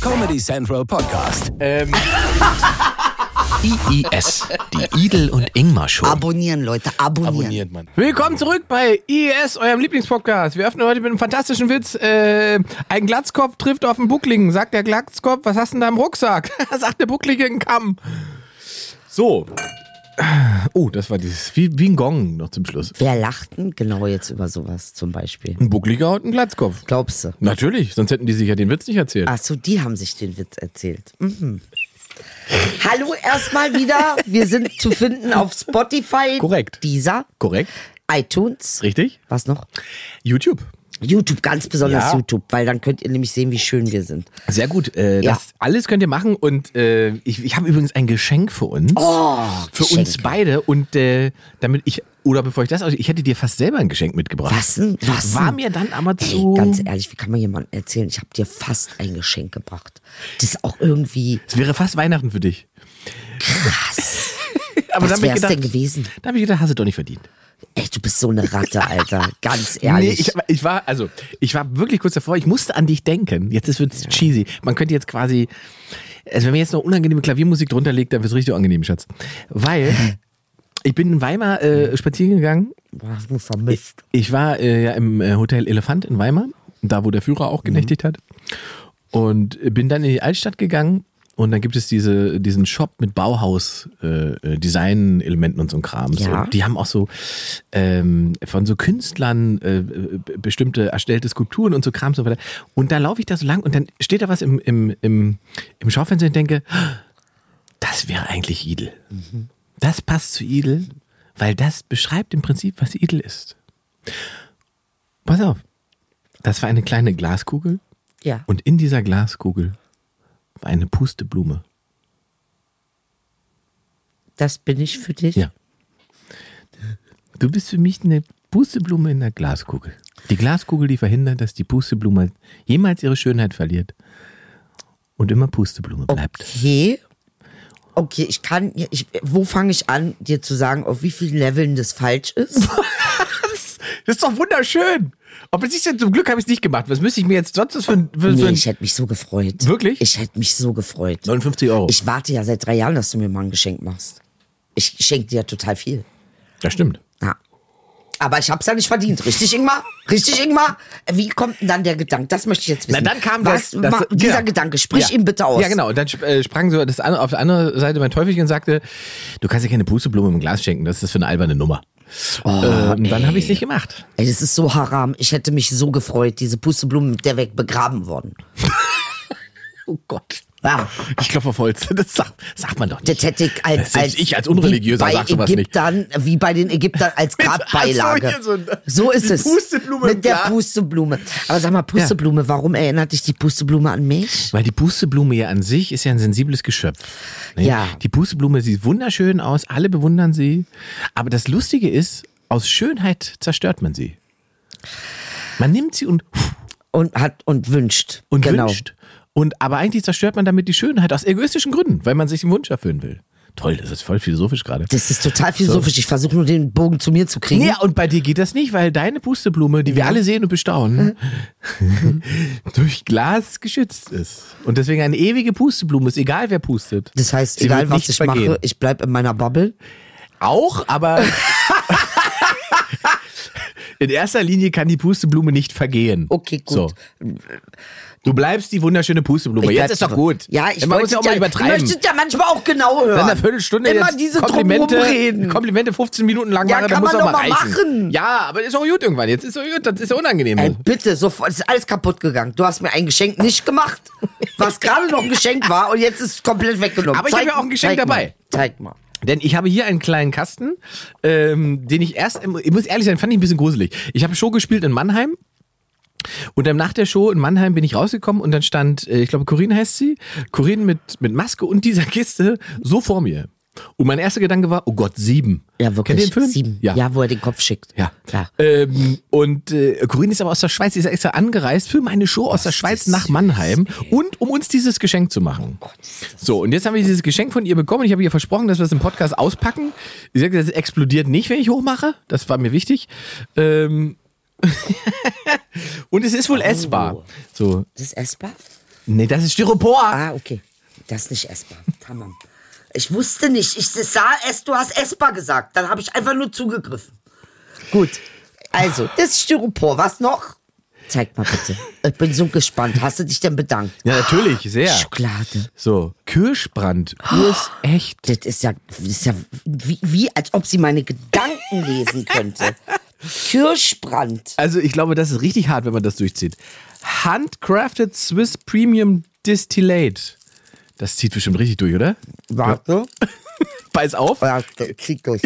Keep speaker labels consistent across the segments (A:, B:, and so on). A: Comedy Central Podcast.
B: Äh,
C: Ähm,
D: IIS, die Idel und Ingmar Show.
E: Abonnieren, Leute, abonnieren.
C: abonniert man.
B: Willkommen zurück bei IES, eurem Lieblingspodcast. Wir öffnen heute mit einem fantastischen Witz. Äh, ein Glatzkopf trifft auf einen Buckligen. Sagt der Glatzkopf, was hast du denn da im Rucksack? Sagt der Bucklige, einen Kamm.
C: So,
B: Oh, das war dieses, wie, wie ein Gong noch zum Schluss.
E: Wer lacht denn genau jetzt über sowas zum Beispiel?
B: Ein Buckliger und ein Glatzkopf.
E: Glaubst du?
B: Natürlich, sonst hätten die sich ja den Witz nicht erzählt.
E: Ach so, die haben sich den Witz erzählt. Mhm. Hallo erstmal wieder. Wir sind zu finden auf Spotify.
B: Korrekt.
E: Dieser.
B: Korrekt?
E: iTunes.
B: Richtig?
E: Was noch?
B: YouTube.
E: YouTube, ganz besonders
B: Ja.
E: YouTube, weil dann könnt ihr nämlich sehen, wie schön wir sind.
B: Sehr gut. Äh,
E: Ja.
B: Das alles könnt ihr machen und äh, ich, ich habe übrigens ein Geschenk für uns.
E: Oh,
B: für
E: Geschenk.
B: uns beide und äh, damit ich oder bevor ich das aus- ich hätte dir fast selber ein Geschenk mitgebracht.
E: Was denn? Was
B: War
E: denn?
B: mir dann aber zu
E: Ey, ganz ehrlich, wie kann man jemandem erzählen, ich habe dir fast ein Geschenk gebracht. Das ist auch irgendwie
B: Es wäre fast Weihnachten für dich.
E: krass.
B: Aber dann
E: Was
B: hab ich
E: wär's
B: gedacht,
E: denn gewesen?
B: Da habe ich gedacht, hast du doch nicht verdient.
E: Ey, du bist so eine Ratte, Alter. Ganz ehrlich.
B: Nee, ich, ich war also, ich war wirklich kurz davor, ich musste an dich denken. Jetzt wird es cheesy. Man könnte jetzt quasi also wenn mir jetzt noch unangenehme Klaviermusik drunter legt, dann wird's richtig unangenehm, Schatz. Weil ich bin in Weimar äh, spazieren gegangen
E: Boah, hast du vermisst.
B: Ich war äh, ja im äh, Hotel Elefant in Weimar, da wo der Führer auch genächtigt hat. Und äh, bin dann in die Altstadt gegangen und dann gibt es diese, diesen Shop mit Bauhaus-Design-Elementen und so ein Kram.
E: Ja.
B: Und die haben auch so ähm, von so Künstlern äh, b- bestimmte erstellte Skulpturen und so Kram und so weiter. Und da laufe ich da so lang und dann steht da was im, im, im, im Schaufenster und denke, das wäre eigentlich Idel. Das passt zu Idel, weil das beschreibt im Prinzip, was Idel ist. Pass auf. Das war eine kleine Glaskugel
E: Ja.
B: und in dieser Glaskugel war eine Pusteblume.
E: Das bin ich für dich.
B: Ja. Du bist für mich eine Pusteblume in der Glaskugel. Die Glaskugel, die verhindert, dass die Pusteblume jemals ihre Schönheit verliert und immer Pusteblume bleibt.
E: Okay. Okay, ich kann, ich, wo fange ich an, dir zu sagen, auf wie vielen Leveln das falsch ist?
B: Das ist doch wunderschön. Aber siehst du, zum Glück habe ich es nicht gemacht. Was müsste ich mir jetzt sonst was für, für,
E: Nee, ich hätte mich so gefreut.
B: Wirklich?
E: Ich hätte mich so gefreut.
B: 59 Euro.
E: Ich warte ja seit drei Jahren, dass du mir mal ein Geschenk machst. Ich schenke dir ja total viel.
B: das stimmt.
E: Ja. Aber ich hab's ja nicht verdient, richtig, Ingmar? Richtig, Ingmar? Wie kommt denn dann der Gedanke? Das möchte ich jetzt wissen.
B: Na, dann kam
E: Was,
B: das, das
E: ma- dieser
B: genau.
E: Gedanke, sprich
B: ja.
E: ihn bitte aus.
B: Ja, genau. Und dann sp- äh, sprang so das andere, auf der anderen Seite mein Teufelchen und sagte, du kannst dir keine Pusteblume im Glas schenken, das ist das für eine alberne Nummer. äh, und dann habe ich es nicht gemacht.
E: Oh, Ey, das ist so haram. Ich hätte mich so gefreut, diese Pusteblume mit der weg begraben worden.
B: Oh Gott.
E: Ja.
B: Ich klopfe auf Holz. Das sagt, sagt man doch nicht.
E: Das hätte ich als,
B: Selbst
E: als
B: ich als Unreligiöser
E: wie bei
B: sag sowas nicht.
E: Ägyptern, Wie bei den Ägyptern als
B: Mit- ach so,
E: Grabbeilage.
B: hier so ein-
E: so ist
B: die
E: es.
B: Pusteblume im
E: Mit der
B: Glas.
E: Pusteblume. Aber sag mal, Pusteblume, warum erinnert dich die Pusteblume an mich?
B: Weil die Pusteblume ja an sich ist ja ein sensibles Geschöpf. ne?
E: Ja.
B: Die Pusteblume sieht wunderschön aus, alle bewundern sie. Aber das Lustige ist, aus Schönheit zerstört man sie. Man nimmt sie und
E: Und hat und wünscht.
B: und
E: genau.
B: wünscht. Und, aber eigentlich zerstört man damit die Schönheit aus egoistischen Gründen, weil man sich den Wunsch erfüllen will. Toll, das ist voll philosophisch gerade.
E: Das ist total philosophisch. Ich versuche nur den Bogen zu mir zu kriegen.
B: Ja, und bei dir geht das nicht, weil deine Pusteblume, die wir alle sehen und bestaunen,
E: Mhm.
B: durch Glas geschützt ist. Und deswegen eine ewige Pusteblume ist, egal wer pustet.
E: Das heißt,
B: Sie
E: egal
B: wird
E: was
B: nicht
E: ich
B: vergehen.
E: mache, ich bleib in meiner Bubble.
B: Auch, aber in erster Linie kann die Pusteblume nicht vergehen.
E: Okay, gut.
B: So. Du bleibst die wunderschöne Pusteblume.
E: Ich
B: Jetzt
E: bleib-
B: ist doch gut.
E: Ja, ich
B: Man
E: wollte
B: muss ja auch
E: ja,
B: mal
E: Ich
B: übertreiben.
E: möchte ja manchmal auch genau hören.
B: Dann eine Viertelstunde
E: Immer
B: jetzt
E: diese
B: Komplimente,
E: Komplimente.
B: Komplimente 15 Minuten lang
E: Ja,
B: machen,
E: kann
B: dann muss
E: man
B: doch
E: doch
B: mal
E: mal
B: reichen.
E: machen. Äh.
B: Ja, aber ist auch gut irgendwann. Jetzt ist so gut, das ist ja unangenehm.
E: Ey, bitte, sofort, es ist alles kaputt gegangen. Du hast mir ein Geschenk nicht gemacht, was gerade noch ein Geschenk war und jetzt ist es komplett weggenommen.
B: Aber ich hab ja auch ein Geschenk
E: zeig
B: dabei.
E: Mal, zeig mal.
B: Denn ich habe hier einen kleinen Kasten, ähm, den ich erst, ich muss ehrlich sein, fand ich ein bisschen gruselig. Ich habe Show gespielt in Mannheim. Und dann nach der Show in Mannheim bin ich rausgekommen und dann stand, äh, ich glaube, Corinne heißt sie, Corinne mit, mit Maske und dieser Kiste so vor mir. Und mein erster Gedanke war, oh Gott, sieben.
E: Ja, wirklich.
B: Kennt ihr den Film?
E: Sieben.
B: Ja.
E: Ja. wo er den Kopf schickt.
B: Ja.
E: Klar.
B: Ähm, und äh, Corinne ist aber aus der Schweiz, die ist extra angereist für meine Show aus der Schweiz nach Mannheim und um uns dieses Geschenk zu machen.
E: Oh
B: so, und jetzt haben wir dieses Geschenk von ihr bekommen. Ich habe ihr versprochen, dass wir es im Podcast auspacken. Sie sagt, das explodiert nicht, wenn ich hochmache. Das war mir wichtig.
E: Oh.
B: Ähm, und es ist wohl essbar. So,
E: Das ist essbar?
B: Nee, das ist Styropor.
E: Ah, okay. Das ist nicht essbar. Tamam. Ich wusste nicht. Ich sah es, du hast essbar gesagt. Dann habe ich einfach nur zugegriffen. Gut. Also, das ist Styropor. Was noch? Zeig mal bitte. Ich bin so gespannt. Hast du dich denn bedankt?
B: Ja, natürlich, sehr.
E: Schokolade.
B: So, Kirschbrand.
E: Oh.
B: Urs echt.
E: Das ist ja, das ist ja wie, wie, als ob sie meine Gedanken lesen könnte. Kirschbrand.
B: Also ich glaube, das ist richtig hart, wenn man das durchzieht. Handcrafted Swiss Premium Distillate. Das zieht bestimmt richtig durch, oder?
E: Warte.
B: Beiß auf.
E: Warte, zieh durch.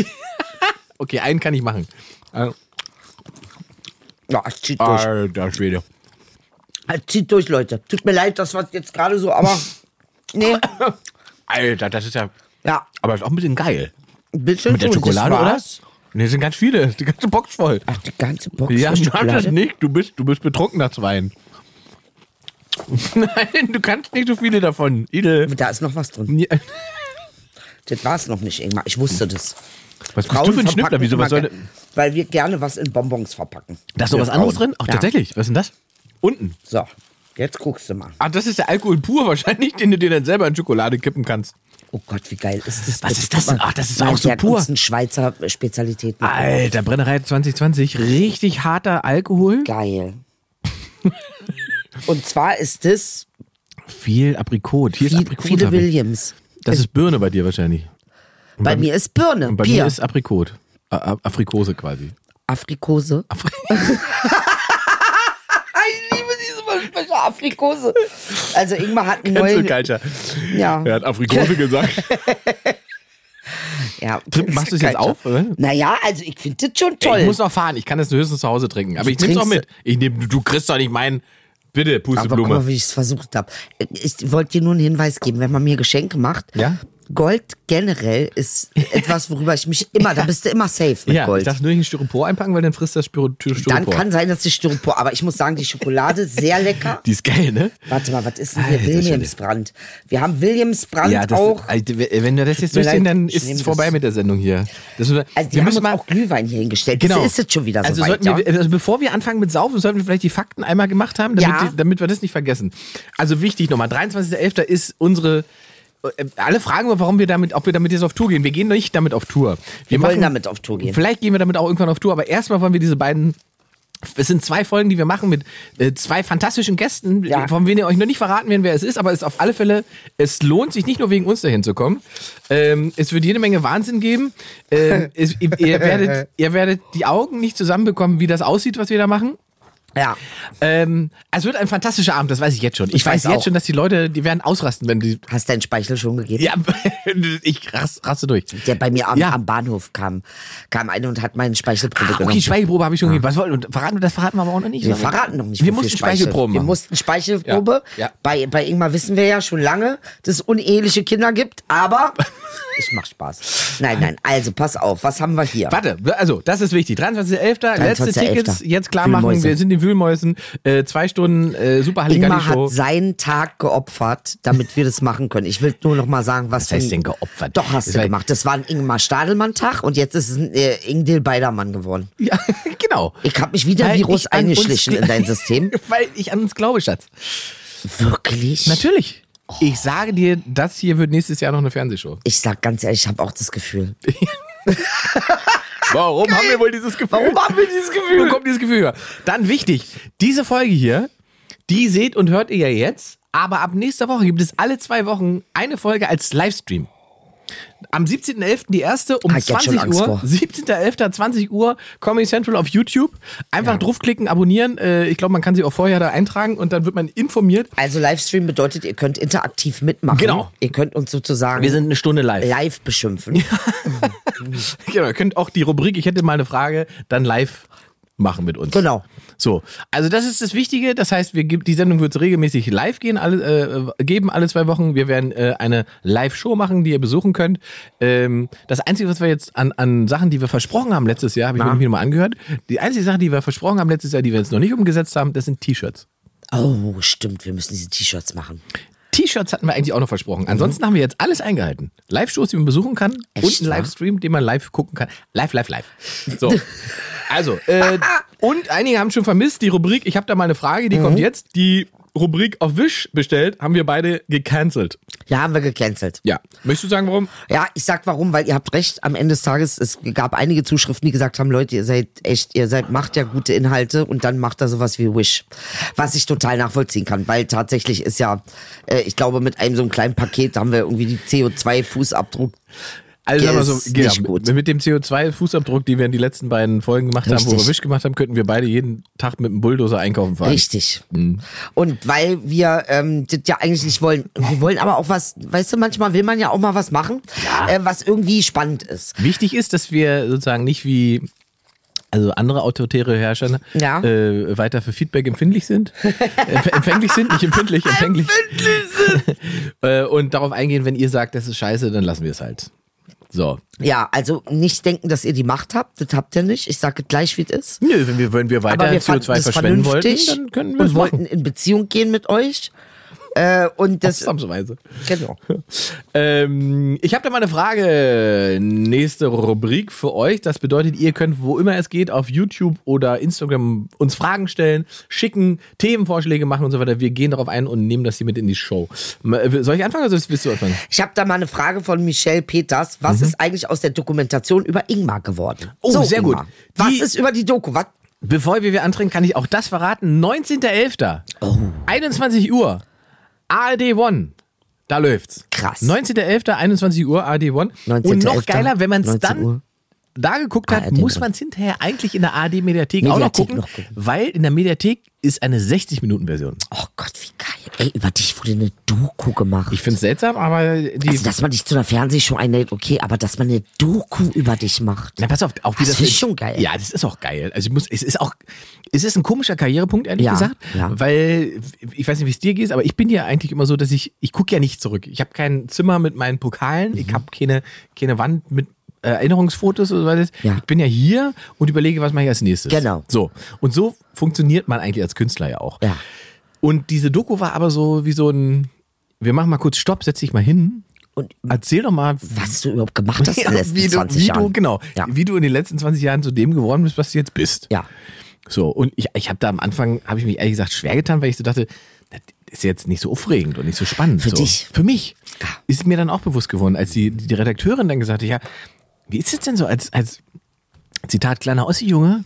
B: Okay, einen kann ich machen.
E: Ja, es zieht durch.
B: Alter Schwede.
E: Es zieht durch, Leute. Tut mir leid, das war jetzt gerade so, aber. Nee.
B: Alter, das ist ja...
E: Ja,
B: Aber ist auch ein bisschen geil.
E: ein bisschen
B: Mit der
E: so,
B: Schokolade,
E: das
B: oder?
E: war's.
B: Ne, sind ganz viele. Die ganze Box voll.
E: Ach, die ganze Box
B: Ja,
E: voll
B: du das
E: Schokolade.
B: nicht. Du bist, du bist betrunken nach Wein. Nein, du kannst nicht so viele davon. Idel.
E: Da ist noch was drin.
B: Ja.
E: Das war es noch nicht, Ingmar. Ich wusste das.
B: Was bist du für ein
E: verpacken
B: Schnippler? Wieso, was
E: immer
B: soll
E: ge- Weil wir gerne was in Bonbons verpacken.
B: Da ist noch
E: Wir
B: was anderes
E: Frauen.
B: drin? Ach,
E: ja.
B: tatsächlich. Was ist denn das? Unten.
E: So, jetzt guckst du mal.
B: Ach, das ist der Alkohol pur wahrscheinlich, den du dir dann selber in Schokolade kippen kannst.
E: Oh Gott, wie geil ist das?
B: Was
E: bitte?
B: ist das denn? Ach, das ist auch so
E: der hat
B: pur. Ah.
E: Uns ein Schweizer Spezialität. mit.
B: Alter, Brennerei 2020. Richtig harter Alkohol.
E: Geil. Und zwar ist das
B: Viel Aprikot. Hier
E: viel,
B: ist Aprikot.
E: viele
B: hab ich.
E: Williams.
B: Das ist Birne bei dir wahrscheinlich.
E: Bei mir ist Birne,
B: Und bei
E: Bier,
B: mir ist Aprikot. A- A- Afrikose quasi.
E: Afrikose.
B: Afri
E: Ah, Ich liebe diese Versprecher, Afrikose. Also Ingmar hat einen neuen...
B: Culture.
E: Ja.
B: Er hat Afrikose gesagt.
E: Ja.
B: Machst du es jetzt auf? Oder?
E: Naja, also ich finde das schon toll.
B: Ich muss noch fahren. Ich kann das nur höchstens zu Hause trinken. Aber
E: Du
B: ich nehm's auch mit.
E: trinkst-
B: Ich nehm, du, du kriegst doch nicht meinen. Bitte,
E: Aber guck mal,
B: Pusteblume.
E: wie ich es versucht habe. Ich wollte dir nur einen Hinweis geben, wenn man mir Geschenke macht.
B: Ja?
E: Gold generell ist etwas, worüber ich mich immer, da bist du immer safe mit
B: Ja, ich
E: Gold.
B: darf nur nicht in Styropor einpacken, weil dann frisst das Styro- Ty-
E: Dann
B: Styropor.
E: kann sein, dass die Styropor, aber ich muss sagen, die Schokolade sehr lecker.
B: Die ist geil, ne?
E: Warte mal, was ist denn hier
B: Alter,
E: Williamsbrand? Wir haben Williamsbrand
B: Ja, das
E: auch.
B: also, wenn wir das jetzt
E: Tut mir
B: durchziehen,
E: leid,
B: dann
E: ich
B: ist
E: nehm
B: es
E: das.
B: vorbei mit der Sendung hier. Das müssen wir,
E: Also die
B: wir
E: haben
B: müssen
E: uns
B: mal,
E: auch Glühwein hier hingestellt. Genau. Ist jetzt schon wieder so
B: also
E: weit,
B: sollten
E: ja?
B: wir, also bevor wir anfangen mit Saufen, sollten wir vielleicht die Fakten einmal gemacht haben, damit,
E: Ja.
B: die, damit wir das nicht vergessen. Also wichtig nochmal, 23.11. ist unsere... äh, Alle fragen wir, warum wir damit, ob wir damit jetzt auf Tour gehen. Wir gehen nicht damit auf Tour.
E: Wir wollen damit auf Tour gehen.
B: Vielleicht gehen wir damit auch irgendwann auf Tour, aber erstmal wollen wir diese beiden. Es sind zwei Folgen, die wir machen mit äh, zwei fantastischen Gästen,
E: Ja.
B: von denen ihr euch noch nicht verraten werden, wer es ist, aber es ist auf alle Fälle, es lohnt sich nicht nur wegen uns dahin zu kommen. Ähm, es wird jede Menge Wahnsinn geben. Ähm, es, ihr, ihr werdet, ihr werdet die Augen nicht zusammenbekommen, wie das aussieht, was wir da machen.
E: Ja.
B: Ähm, es wird ein fantastischer Abend, das weiß ich jetzt schon. Ich, weiß,
E: weiß
B: jetzt
E: auch.
B: schon, dass die Leute, die werden ausrasten, wenn die.
E: Hast deinen Speichel schon gegeben?
B: Ja, ich ras- raste durch.
E: Der bei mir am,
B: Ja.
E: am Bahnhof kam, kam eine und hat meinen Speichelprobe
B: Ah, okay,
E: genommen.
B: Speichelprobe habe ich schon gegeben. Was wollen wir? Verraten wir das? Verraten wir aber auch noch nicht.
E: Wir
B: sondern-
E: verraten noch nicht. wie
B: Wir
E: viel
B: mussten
E: Speichel.
B: Speichelproben
E: Wir
B: machen.
E: mussten Speichelprobe.
B: Ja, ja.
E: Bei, bei Ingmar wissen wir ja schon lange, dass es uneheliche Kinder gibt, aber ich mach Spaß. Nein, nein, also pass auf, was haben wir hier?
B: Warte, also das ist wichtig. 23.11. Letzte
E: 23.11..
B: Tickets jetzt klar machen.
E: Wühlmäuse.
B: Wir sind die Wühlmäusen. Äh, zwei Stunden äh, super
E: Ingmar hat
B: Halligalli-Show.
E: seinen Tag geopfert, damit wir das machen können. Ich will nur noch mal sagen,
B: heißt
E: was für ein-
B: denn geopfert?
E: Doch, hast
B: Das
E: du
B: war-
E: gemacht. Das war ein Ingmar Stadelmann-Tag und jetzt ist es ein äh, Ingdil Beidermann geworden.
B: Ja, genau.
E: Ich habe mich wieder
B: Weil
E: Virus
B: ich an uns
E: eingeschlichen
B: gl-
E: in dein System.
B: Weil ich an uns glaube, Schatz.
E: Wirklich?
B: Natürlich. Ich sage dir, das hier wird nächstes Jahr noch eine Fernsehshow.
E: Ich sag ganz ehrlich, ich habe auch das Gefühl.
B: Warum haben wir wohl dieses Gefühl?
E: Warum haben wir dieses Gefühl?
B: Wo kommt dieses Gefühl her? Dann wichtig, diese Folge hier, die seht und hört ihr ja jetzt, aber ab nächster Woche gibt es alle zwei Wochen eine Folge als Livestream. Am 17.11. die erste um
E: Hab ich jetzt schon
B: 20
E: Angst
B: Uhr.
E: vor.
B: 17.11. 20 Uhr Comedy Central auf YouTube. Einfach draufklicken, abonnieren. Äh, Ich glaube, man kann sie auch vorher da eintragen und dann wird man informiert.
E: Also Livestream bedeutet, ihr könnt interaktiv mitmachen.
B: Genau.
E: Ihr könnt uns sozusagen
B: eine Stunde
E: live beschimpfen.
B: Genau, ihr könnt auch die Rubrik Ich hätte mal eine Frage dann live machen mit uns.
E: Genau.
B: So, also das ist das Wichtige. Das heißt, wir, geb- die Sendung wird regelmäßig live gehen, alle, äh, geben alle zwei Wochen. Wir werden äh, eine Live-Show machen, die ihr besuchen könnt. Ähm, das Einzige, was wir jetzt an, an Sachen, die wir versprochen haben letztes Jahr, habe ich mir nämlich nochmal angehört, die einzige Sache, die wir versprochen haben letztes Jahr, die wir jetzt noch nicht umgesetzt haben, das sind T-Shirts.
E: Oh, stimmt, wir müssen diese T-Shirts machen.
B: T-Shirts hatten wir eigentlich auch noch versprochen. Ansonsten haben wir jetzt alles eingehalten. Live-Shows, die man besuchen kann und einen
E: wahr?
B: Livestream, den man live gucken kann. Live, live, live. So.
E: Mhm.
B: Also, äh, und einige haben schon vermisst die Rubrik Ich habe da mal eine Frage, die kommt jetzt. Die Rubrik auf Wish bestellt, haben wir beide gecancelt.
E: Ja, haben wir gecancelt.
B: Ja. Möchtest du sagen, warum?
E: Ja, ich sag warum, weil ihr habt recht, am Ende des Tages, es gab einige Zuschriften, die gesagt haben, Leute, ihr seid echt, ihr seid, macht ja gute Inhalte und dann macht er sowas wie Wish. Was ich total nachvollziehen kann, weil tatsächlich ist ja, äh, ich glaube, mit einem so einem kleinen Paket haben wir irgendwie die CO2-Fußabdruck.
B: Also sagen wir so,
E: Ist
B: genau,
E: nicht gut.
B: mit dem CO2-Fußabdruck, die wir in die letzten beiden Folgen gemacht haben, wo
E: Richtig.
B: wir Wish gemacht haben, könnten wir beide jeden Tag mit einem Bulldozer einkaufen fahren.
E: Richtig.
B: hm.
E: Und weil wir ähm, das ja eigentlich nicht wollen, wir wollen aber auch was, weißt du, manchmal will man ja auch mal was machen, äh, was irgendwie spannend ist.
B: Wichtig ist, dass wir sozusagen nicht wie also andere autoritäre Herrscher
E: Ja.
B: äh, weiter für Feedback empfindlich sind. Empf empfänglich sind, nicht empfindlich, empfänglich. äh, und darauf eingehen, wenn ihr sagt, das ist scheiße, dann lassen wir es halt. So.
E: Ja, also nicht denken, dass ihr die Macht habt, das habt ihr nicht. Ich sage gleich, wie es ist.
B: Nö, wenn wir, wenn wir weiter
E: Aber wir fanden
B: CO2
E: das
B: verschwenden wollten,
E: vernünftig
B: dann können wir es
E: und wollten
B: machen.
E: in Beziehung gehen mit euch. Äh, und das
B: Ausnahmsweise.
E: genau.
B: Ähm, ich habe da mal eine Frage. Nächste Rubrik für euch. Das bedeutet, ihr könnt, wo immer es geht, auf YouTube oder Instagram uns Fragen stellen, schicken, Themenvorschläge machen und so weiter. Wir gehen darauf ein und nehmen das hier mit in die Show. M- äh, Soll ich anfangen oder willst du anfangen?
E: Ich habe da mal eine Frage von Michelle Peters. Was ist eigentlich aus der Dokumentation über Ingmar geworden?
B: Mhm. Oh, sehr gut.
E: Was
B: Die-
E: ist über die Doku? Was?
B: Bevor wir wir antreten, kann ich auch das verraten. 19.11.
E: Oh.
B: 21 Uhr. ARD One. Da läuft's.
E: Krass.
B: 19.11. 21 Uhr ARD One. Und noch
E: 19.11.,
B: geiler, wenn man es
E: 19
B: dann
E: Uhr.
B: da geguckt hat,
E: ARD
B: muss
E: One.
B: man es hinterher eigentlich in der ARD Mediathek, auch noch
E: Mediathek
B: gucken,
E: noch gucken.
B: weil in der Mediathek ist eine 60 Minuten Version.
E: Oh Gott, wie geil. Ey, über dich wurde eine Doku gemacht.
B: Ich finde es seltsam, aber die
E: also, dass man dich zu einer Fernsehshow einlädt, okay, aber dass man eine Doku über dich macht.
B: Na, pass auf, auch wie
E: Das
B: das,
E: ist schon geil.
B: Ja, das ist auch geil. Also ich muss, es ist auch, es ist ein komischer Karrierepunkt, ehrlich
E: Ja,
B: gesagt.
E: ja.
B: Weil, ich weiß nicht, wie es dir geht, aber ich bin ja eigentlich immer so, dass ich, ich gucke ja nicht zurück. Ich habe kein Zimmer mit meinen Pokalen,
E: Mhm.
B: ich habe keine, keine Wand mit äh, Erinnerungsfotos oder was.
E: Ja.
B: Ich bin ja hier und überlege, was mache ich als nächstes.
E: Genau.
B: So. Und so funktioniert man eigentlich als Künstler ja auch.
E: Ja.
B: Und diese Doku war aber so wie so ein, wir machen mal kurz Stopp, setz dich mal hin.
E: Und
B: Erzähl doch mal,
E: was du überhaupt gemacht hast in den letzten
B: wie du,
E: 20
B: wie
E: Jahren.
B: Du, genau,
E: Ja.
B: wie du in den letzten 20 Jahren zu dem geworden bist, was du jetzt bist.
E: ja.
B: So, und ich, ich habe da am Anfang, habe ich mich ehrlich gesagt schwer getan, weil ich so dachte, das ist jetzt nicht so aufregend und nicht so spannend.
E: Für
B: so.
E: dich.
B: Für mich.
E: Ja.
B: Ist mir dann auch bewusst geworden, als die, die Redakteurin dann gesagt hat, ja, wie ist es denn so als, als Zitat kleiner Ossi-Junge?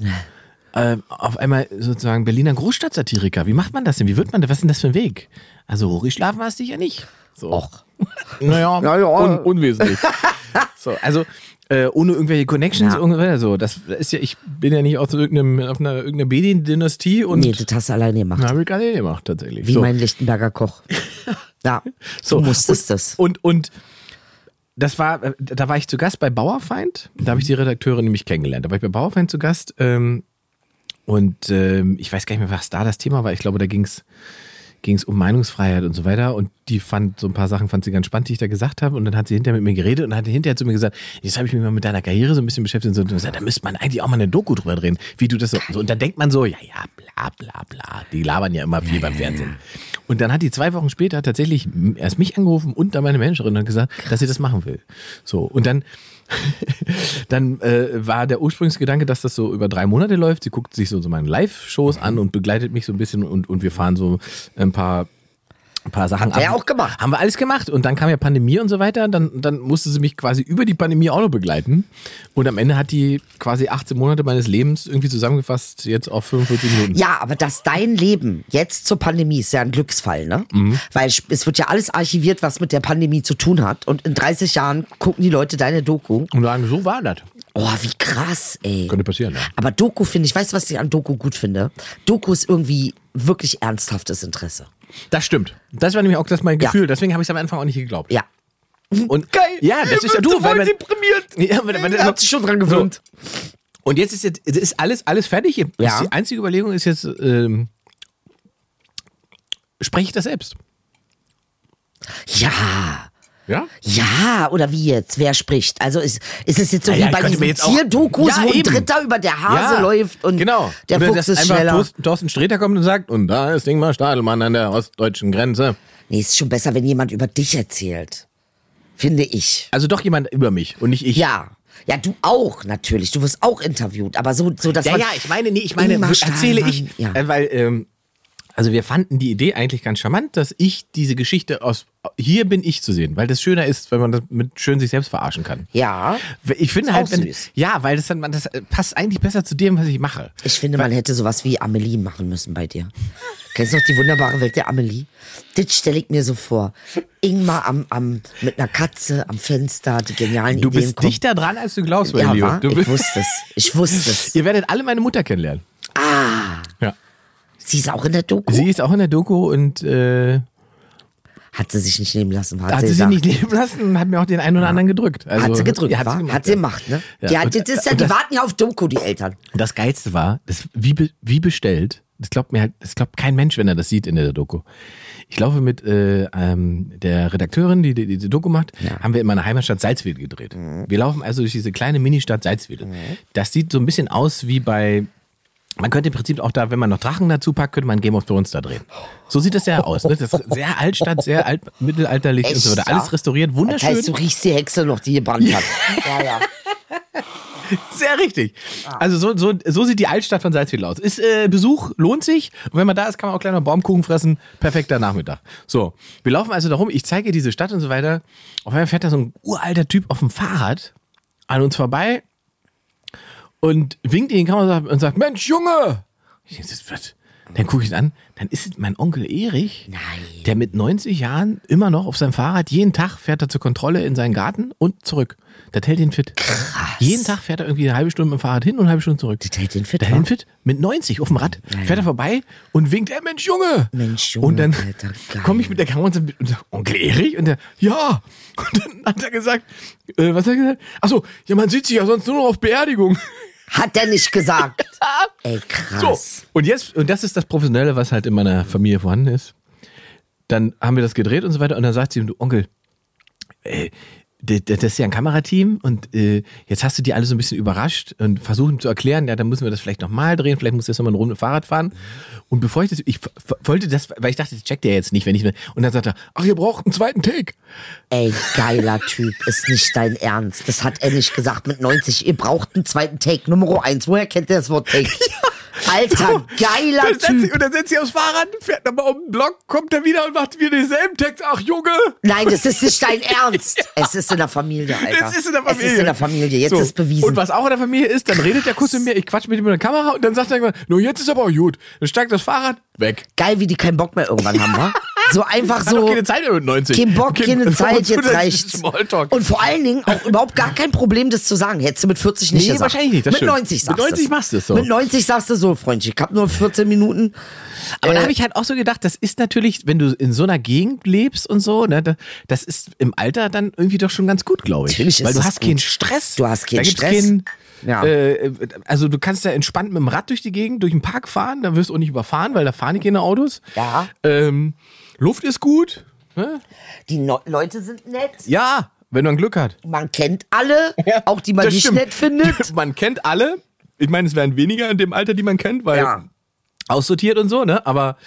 B: äh, Auf einmal sozusagen Berliner Großstadtsatiriker. Wie macht man das denn? Wie wird man das? Was ist denn das für ein Weg? Also, Rory schlafen hast du ja nicht. So.
E: Och.
B: Naja,
E: Ja, ja.
B: Un unwesentlich. so, also äh, ohne irgendwelche Connections,
E: Ja.
B: irgendwelche, so. Das ist ja, ich bin ja nicht aus irgendeinem, auf einer irgendeiner Mediendynastie und
E: Nee, das hast du alleine gemacht.
B: habe ich gerade gemacht tatsächlich.
E: Wie
B: so.
E: mein Lichtenberger Koch. Ja,
B: so.
E: du musstest
B: und,
E: das.
B: Und, und das war, äh, da war ich zu Gast bei Bauerfeind. Da habe ich die Redakteurin nämlich kennengelernt. Da war ich bei Bauerfeind zu Gast. Ähm, und ähm, ich weiß gar nicht mehr, was da das Thema war. Ich glaube, da ging es ging es um Meinungsfreiheit und so weiter. Und die fand so ein paar Sachen fand sie ganz spannend, die ich da gesagt habe. Und dann hat sie hinterher mit mir geredet und hat hinterher zu mir gesagt, jetzt habe ich mich mal mit deiner Karriere so ein bisschen beschäftigt und so gesagt, da müsste man eigentlich auch mal eine Doku drüber drehen, wie du das so. so. Und dann denkt man so, ja, ja, bla bla bla. Die labern ja immer viel beim Fernsehen. Und dann hat die zwei Wochen später tatsächlich m- erst mich angerufen und dann meine Managerin und hat gesagt, dass sie das machen will. So. Und dann dann äh, war der Ursprungsgedanke, dass das so über drei Monate läuft. Sie guckt sich so, so meine Live-Shows an und begleitet mich so ein bisschen und, und wir fahren so ein paar, ein paar Sachen
E: Hat er
B: ab.
E: auch gemacht.
B: Haben wir alles gemacht. Und dann kam ja Pandemie und so weiter. Dann, dann musste sie mich quasi über die Pandemie auch noch begleiten. Und am Ende hat die quasi 18 Monate meines Lebens irgendwie zusammengefasst, jetzt auf 45 Minuten.
E: Ja, aber dass dein Leben jetzt zur Pandemie ist ja ein Glücksfall, ne?
B: Mhm.
E: Weil es wird ja alles archiviert, was mit der Pandemie zu tun hat. Und in 30 Jahren gucken die Leute deine Doku.
B: Und sagen, so war das.
E: Oh, wie krass, ey.
B: Könnte passieren, ja.
E: Aber Doku finde ich, weißt du, was ich an Doku gut finde? Doku ist irgendwie wirklich ernsthaftes Interesse.
B: Das stimmt. Das war nämlich auch das mein
E: Ja.
B: Gefühl. Deswegen habe ich es am Anfang auch nicht geglaubt.
E: Ja.
B: Und
E: Geil.
B: Ja, das ist ja du, weil man, Ja, man, man,
E: Da hat sich schon dran gewöhnt.
B: So. Und jetzt ist jetzt es ist alles alles fertig. Jetzt
E: Ja.
B: Die einzige Überlegung ist jetzt ähm, spreche ich das selbst?
E: Ja.
B: Ja.
E: Ja, oder wie jetzt? Wer spricht? Also ist, ist es jetzt so
B: Ja,
E: wie
B: ja, ich
E: bei
B: könnte mir
E: diesen
B: jetzt auch-
E: Tierdokus,
B: Ja,
E: wo ein
B: eben.
E: Dritter über der Hase
B: ja,
E: läuft und
B: genau.
E: der
B: Oder
E: Fuchs
B: dass
E: ist
B: einfach
E: schneller.
B: Thorsten- Thorsten Sträter kommt und sagt und da ist Ingmar Stadelmann an der ostdeutschen Grenze.
E: Nee, ist schon besser, wenn jemand über dich erzählt. Finde ich.
B: Also doch jemand über mich und nicht ich.
E: Ja. Ja, du auch, natürlich. Du wirst auch interviewt. Aber so, so dass
B: Ja,
E: man
B: ja, ich meine, nee, ich meine,
E: Ingmar
B: erzähle ich,
E: Stahlmann, Ja.
B: äh, weil äh, ähm, Also wir fanden die Idee eigentlich ganz charmant, dass ich diese Geschichte aus hier bin ich zu sehen, weil das schöner ist, wenn man das mit schön sich selbst verarschen kann.
E: Ja.
B: Ich finde
E: Ist
B: halt,
E: auch
B: wenn,
E: süß.
B: ja, weil das dann man das passt eigentlich besser zu dem, was ich mache.
E: Ich finde, man hätte sowas wie Amelie machen müssen bei dir. Kennst du noch die wunderbare Welt der Amelie? Das stelle ich mir so vor. Ingmar am, am, mit einer Katze am Fenster, die genialen
B: Du
E: Ideen
B: bist
E: kommen.
B: dichter dran, als du glaubst, mein
E: ja,
B: Lieber.
E: wahr?
B: Du
E: Ich
B: bist,
E: wusste es. Ich wusste es.
B: ihr werdet alle meine Mutter kennenlernen. Ah. Ja.
E: Sie ist auch in der Doku.
B: Sie ist auch in der Doku und äh,
E: hat sie sich nicht nehmen lassen, hat,
B: hat
E: sie,
B: sie sich
E: gesagt.
B: nicht nehmen lassen und hat mir auch den einen oder anderen gedrückt. Also,
E: hat sie gedrückt,
B: ja,
E: hat,
B: sie
E: wa?
B: gemacht,
E: hat sie
B: ja.
E: gemacht, ne?
B: Ja,
E: Die, hat,
B: und-
E: das ist ja,
B: und
E: die
B: das-
E: warten ja auf Doku, die Eltern.
B: Und Das Geilste war, das, wie, be- wie bestellt, das glaubt mir halt, das glaubt kein Mensch, wenn er das sieht in der Doku. Ich laufe mit äh, ähm, der Redakteurin, die die, die Doku macht, haben wir in meiner Heimatstadt Salzwedel gedreht.
E: Mhm.
B: Wir laufen also durch diese kleine Ministadt Salzwedel. Das sieht so ein bisschen aus wie bei, man könnte im Prinzip auch da, wenn man noch Drachen dazu packt, könnte man Game of Thrones da drehen. So sieht das ja aus. Ne? Das ist sehr Altstadt, sehr alt, mittelalterlich und so
E: Echt,
B: weiter.
E: ja?
B: Alles restauriert,
E: Das heißt, du
B: wunderschön.
E: riechst die Hexe noch, die gebrannt hat. Ja, ja.
B: Sehr richtig. Also so, so, so sieht die Altstadt von Salzwedel aus. Ist äh, Besuch, lohnt sich. Und wenn man da ist, kann man auch kleiner Baumkuchen fressen. Perfekter Nachmittag. So, wir laufen also darum. Ich zeige ihr diese Stadt und so weiter. Auf einmal fährt da so ein uralter Typ auf dem Fahrrad an uns vorbei und winkt in die Kamera und sagt, und sagt Mensch, Junge! Ich denke, das wird. Dann gucke ich ihn an, dann ist es mein Onkel Erich,
E: Nein.
B: der mit 90 Jahren immer noch auf seinem Fahrrad, jeden Tag fährt er zur Kontrolle in seinen Garten und zurück. Das hält ihn fit. Krass. Jeden Tag fährt er irgendwie eine halbe Stunde mit dem Fahrrad hin und eine halbe Stunde zurück.
E: Das hält ihn fit,
B: Der
E: wa?
B: hält ihn fit. Mit 90 auf dem Rad fährt er vorbei und winkt, ey Mensch, Junge!
E: Mensch, Junge,
B: Und dann
E: Alter, geil.
B: komme ich mit der Kamera und sag, Onkel Erich? Und der, ja! Und dann hat er gesagt, äh, was hat er gesagt? Achso, ja, man sieht sich ja sonst nur noch auf Beerdigung.
E: Hat er nicht gesagt. Ey,
B: So,
E: krass.
B: und jetzt, und das ist das Professionelle, was halt in meiner Familie vorhanden ist. Dann haben wir das gedreht und so weiter, und dann sagt sie, du Onkel, äh, d- d- das ist ja ein Kamerateam und äh, jetzt hast du die alle so ein bisschen überrascht und versuchen zu erklären, ja, dann müssen wir das vielleicht nochmal drehen, vielleicht muss jetzt nochmal eine Runde Fahrrad fahren. Und bevor ich das, ich f- f- wollte das, weil ich dachte, das checkt der jetzt nicht, wenn ich, und dann sagt er, ach, ihr braucht einen zweiten Take.
E: Ey, geiler Typ, ist nicht dein Ernst. Das hat er nicht gesagt mit 90. Ihr braucht einen zweiten Take. Nummer eins. Woher kennt ihr das Wort Take? Alter, geiler
B: Dann setzt sie,
E: Typ.
B: und dann setzt sie aufs Fahrrad, fährt nochmal um den Block, kommt dann wieder und macht wieder denselben Text, ach, Junge!
E: Nein, das ist nicht dein Ernst. Es ist in der Familie, Alter.
B: Es ist in der Familie.
E: Es ist in der Familie. Jetzt
B: So.
E: ist bewiesen.
B: Und was auch in der Familie ist, dann redet der Kuss mit mir, ich quatsch mit ihm in der Kamera und dann sagt er irgendwann, nur jetzt ist aber auch gut. Dann steigt das Fahrrad weg.
E: Geil, wie die keinen Bock mehr irgendwann haben, wa? So einfach
B: Hat
E: so.
B: doch keine Zeit mehr mit 90.
E: Kein Bock,
B: Kein-
E: keine Zeit, jetzt
B: Genau, Das ist
E: reicht's.
B: Smalltalk.
E: Und vor allen Dingen auch überhaupt gar kein Problem, das zu sagen. Hättest du mit 40 nicht
B: Nee,
E: gesagt.
B: wahrscheinlich nicht, das
E: mit
B: stimmt.
E: 90 sagst
B: Mit 90
E: du's.
B: machst du's so.
E: Mit 90 sagst du so, Freundchen, ich hab nur 14 Minuten.
B: Aber
E: Äh,
B: da habe ich halt auch so gedacht, das ist natürlich, wenn du in so einer Gegend lebst und so, ne, da- das ist im Alter dann irgendwie doch schon ganz gut, glaube ich.
E: Natürlich ist
B: Weil du
E: das
B: hast
E: gut.
B: keinen Stress.
E: Du hast keinen
B: da gibt's
E: Stress.
B: Keinen,
E: Ja.
B: äh, also du kannst ja entspannt mit dem Rad durch die Gegend, durch den Park fahren, da wirst du auch nicht überfahren, weil da fahren nicht keine Autos.
E: Ja.
B: Ähm, Luft ist gut. Ne?
E: Die Neu- Leute sind nett.
B: Ja, wenn man Glück hat.
E: Man kennt alle, auch die man
B: Das
E: nicht
B: stimmt.
E: nett findet.
B: Man kennt alle. Ich meine, es werden weniger in dem Alter, die man kennt, weil
E: Ja.
B: aussortiert und so, ne? Aber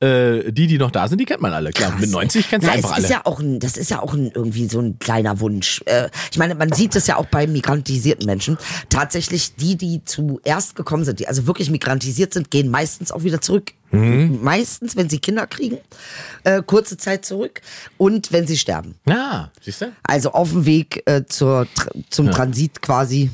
B: äh, die, die noch da sind, die kennt man alle. Klar, mit 90 kennst du
E: Na,
B: einfach
E: es
B: alle.
E: Ist ja auch ein, das ist ja auch ein, irgendwie so ein kleiner Wunsch. Äh, ich meine, man sieht es ja auch bei migrantisierten Menschen. Tatsächlich, die, die zuerst gekommen sind, die also wirklich migrantisiert sind, gehen meistens auch wieder zurück.
B: Mhm.
E: Meistens, wenn sie Kinder kriegen, äh, kurze Zeit zurück und wenn sie sterben.
B: ja, siehst du?
E: Also auf dem Weg äh, zur, Tr- zum Transit quasi.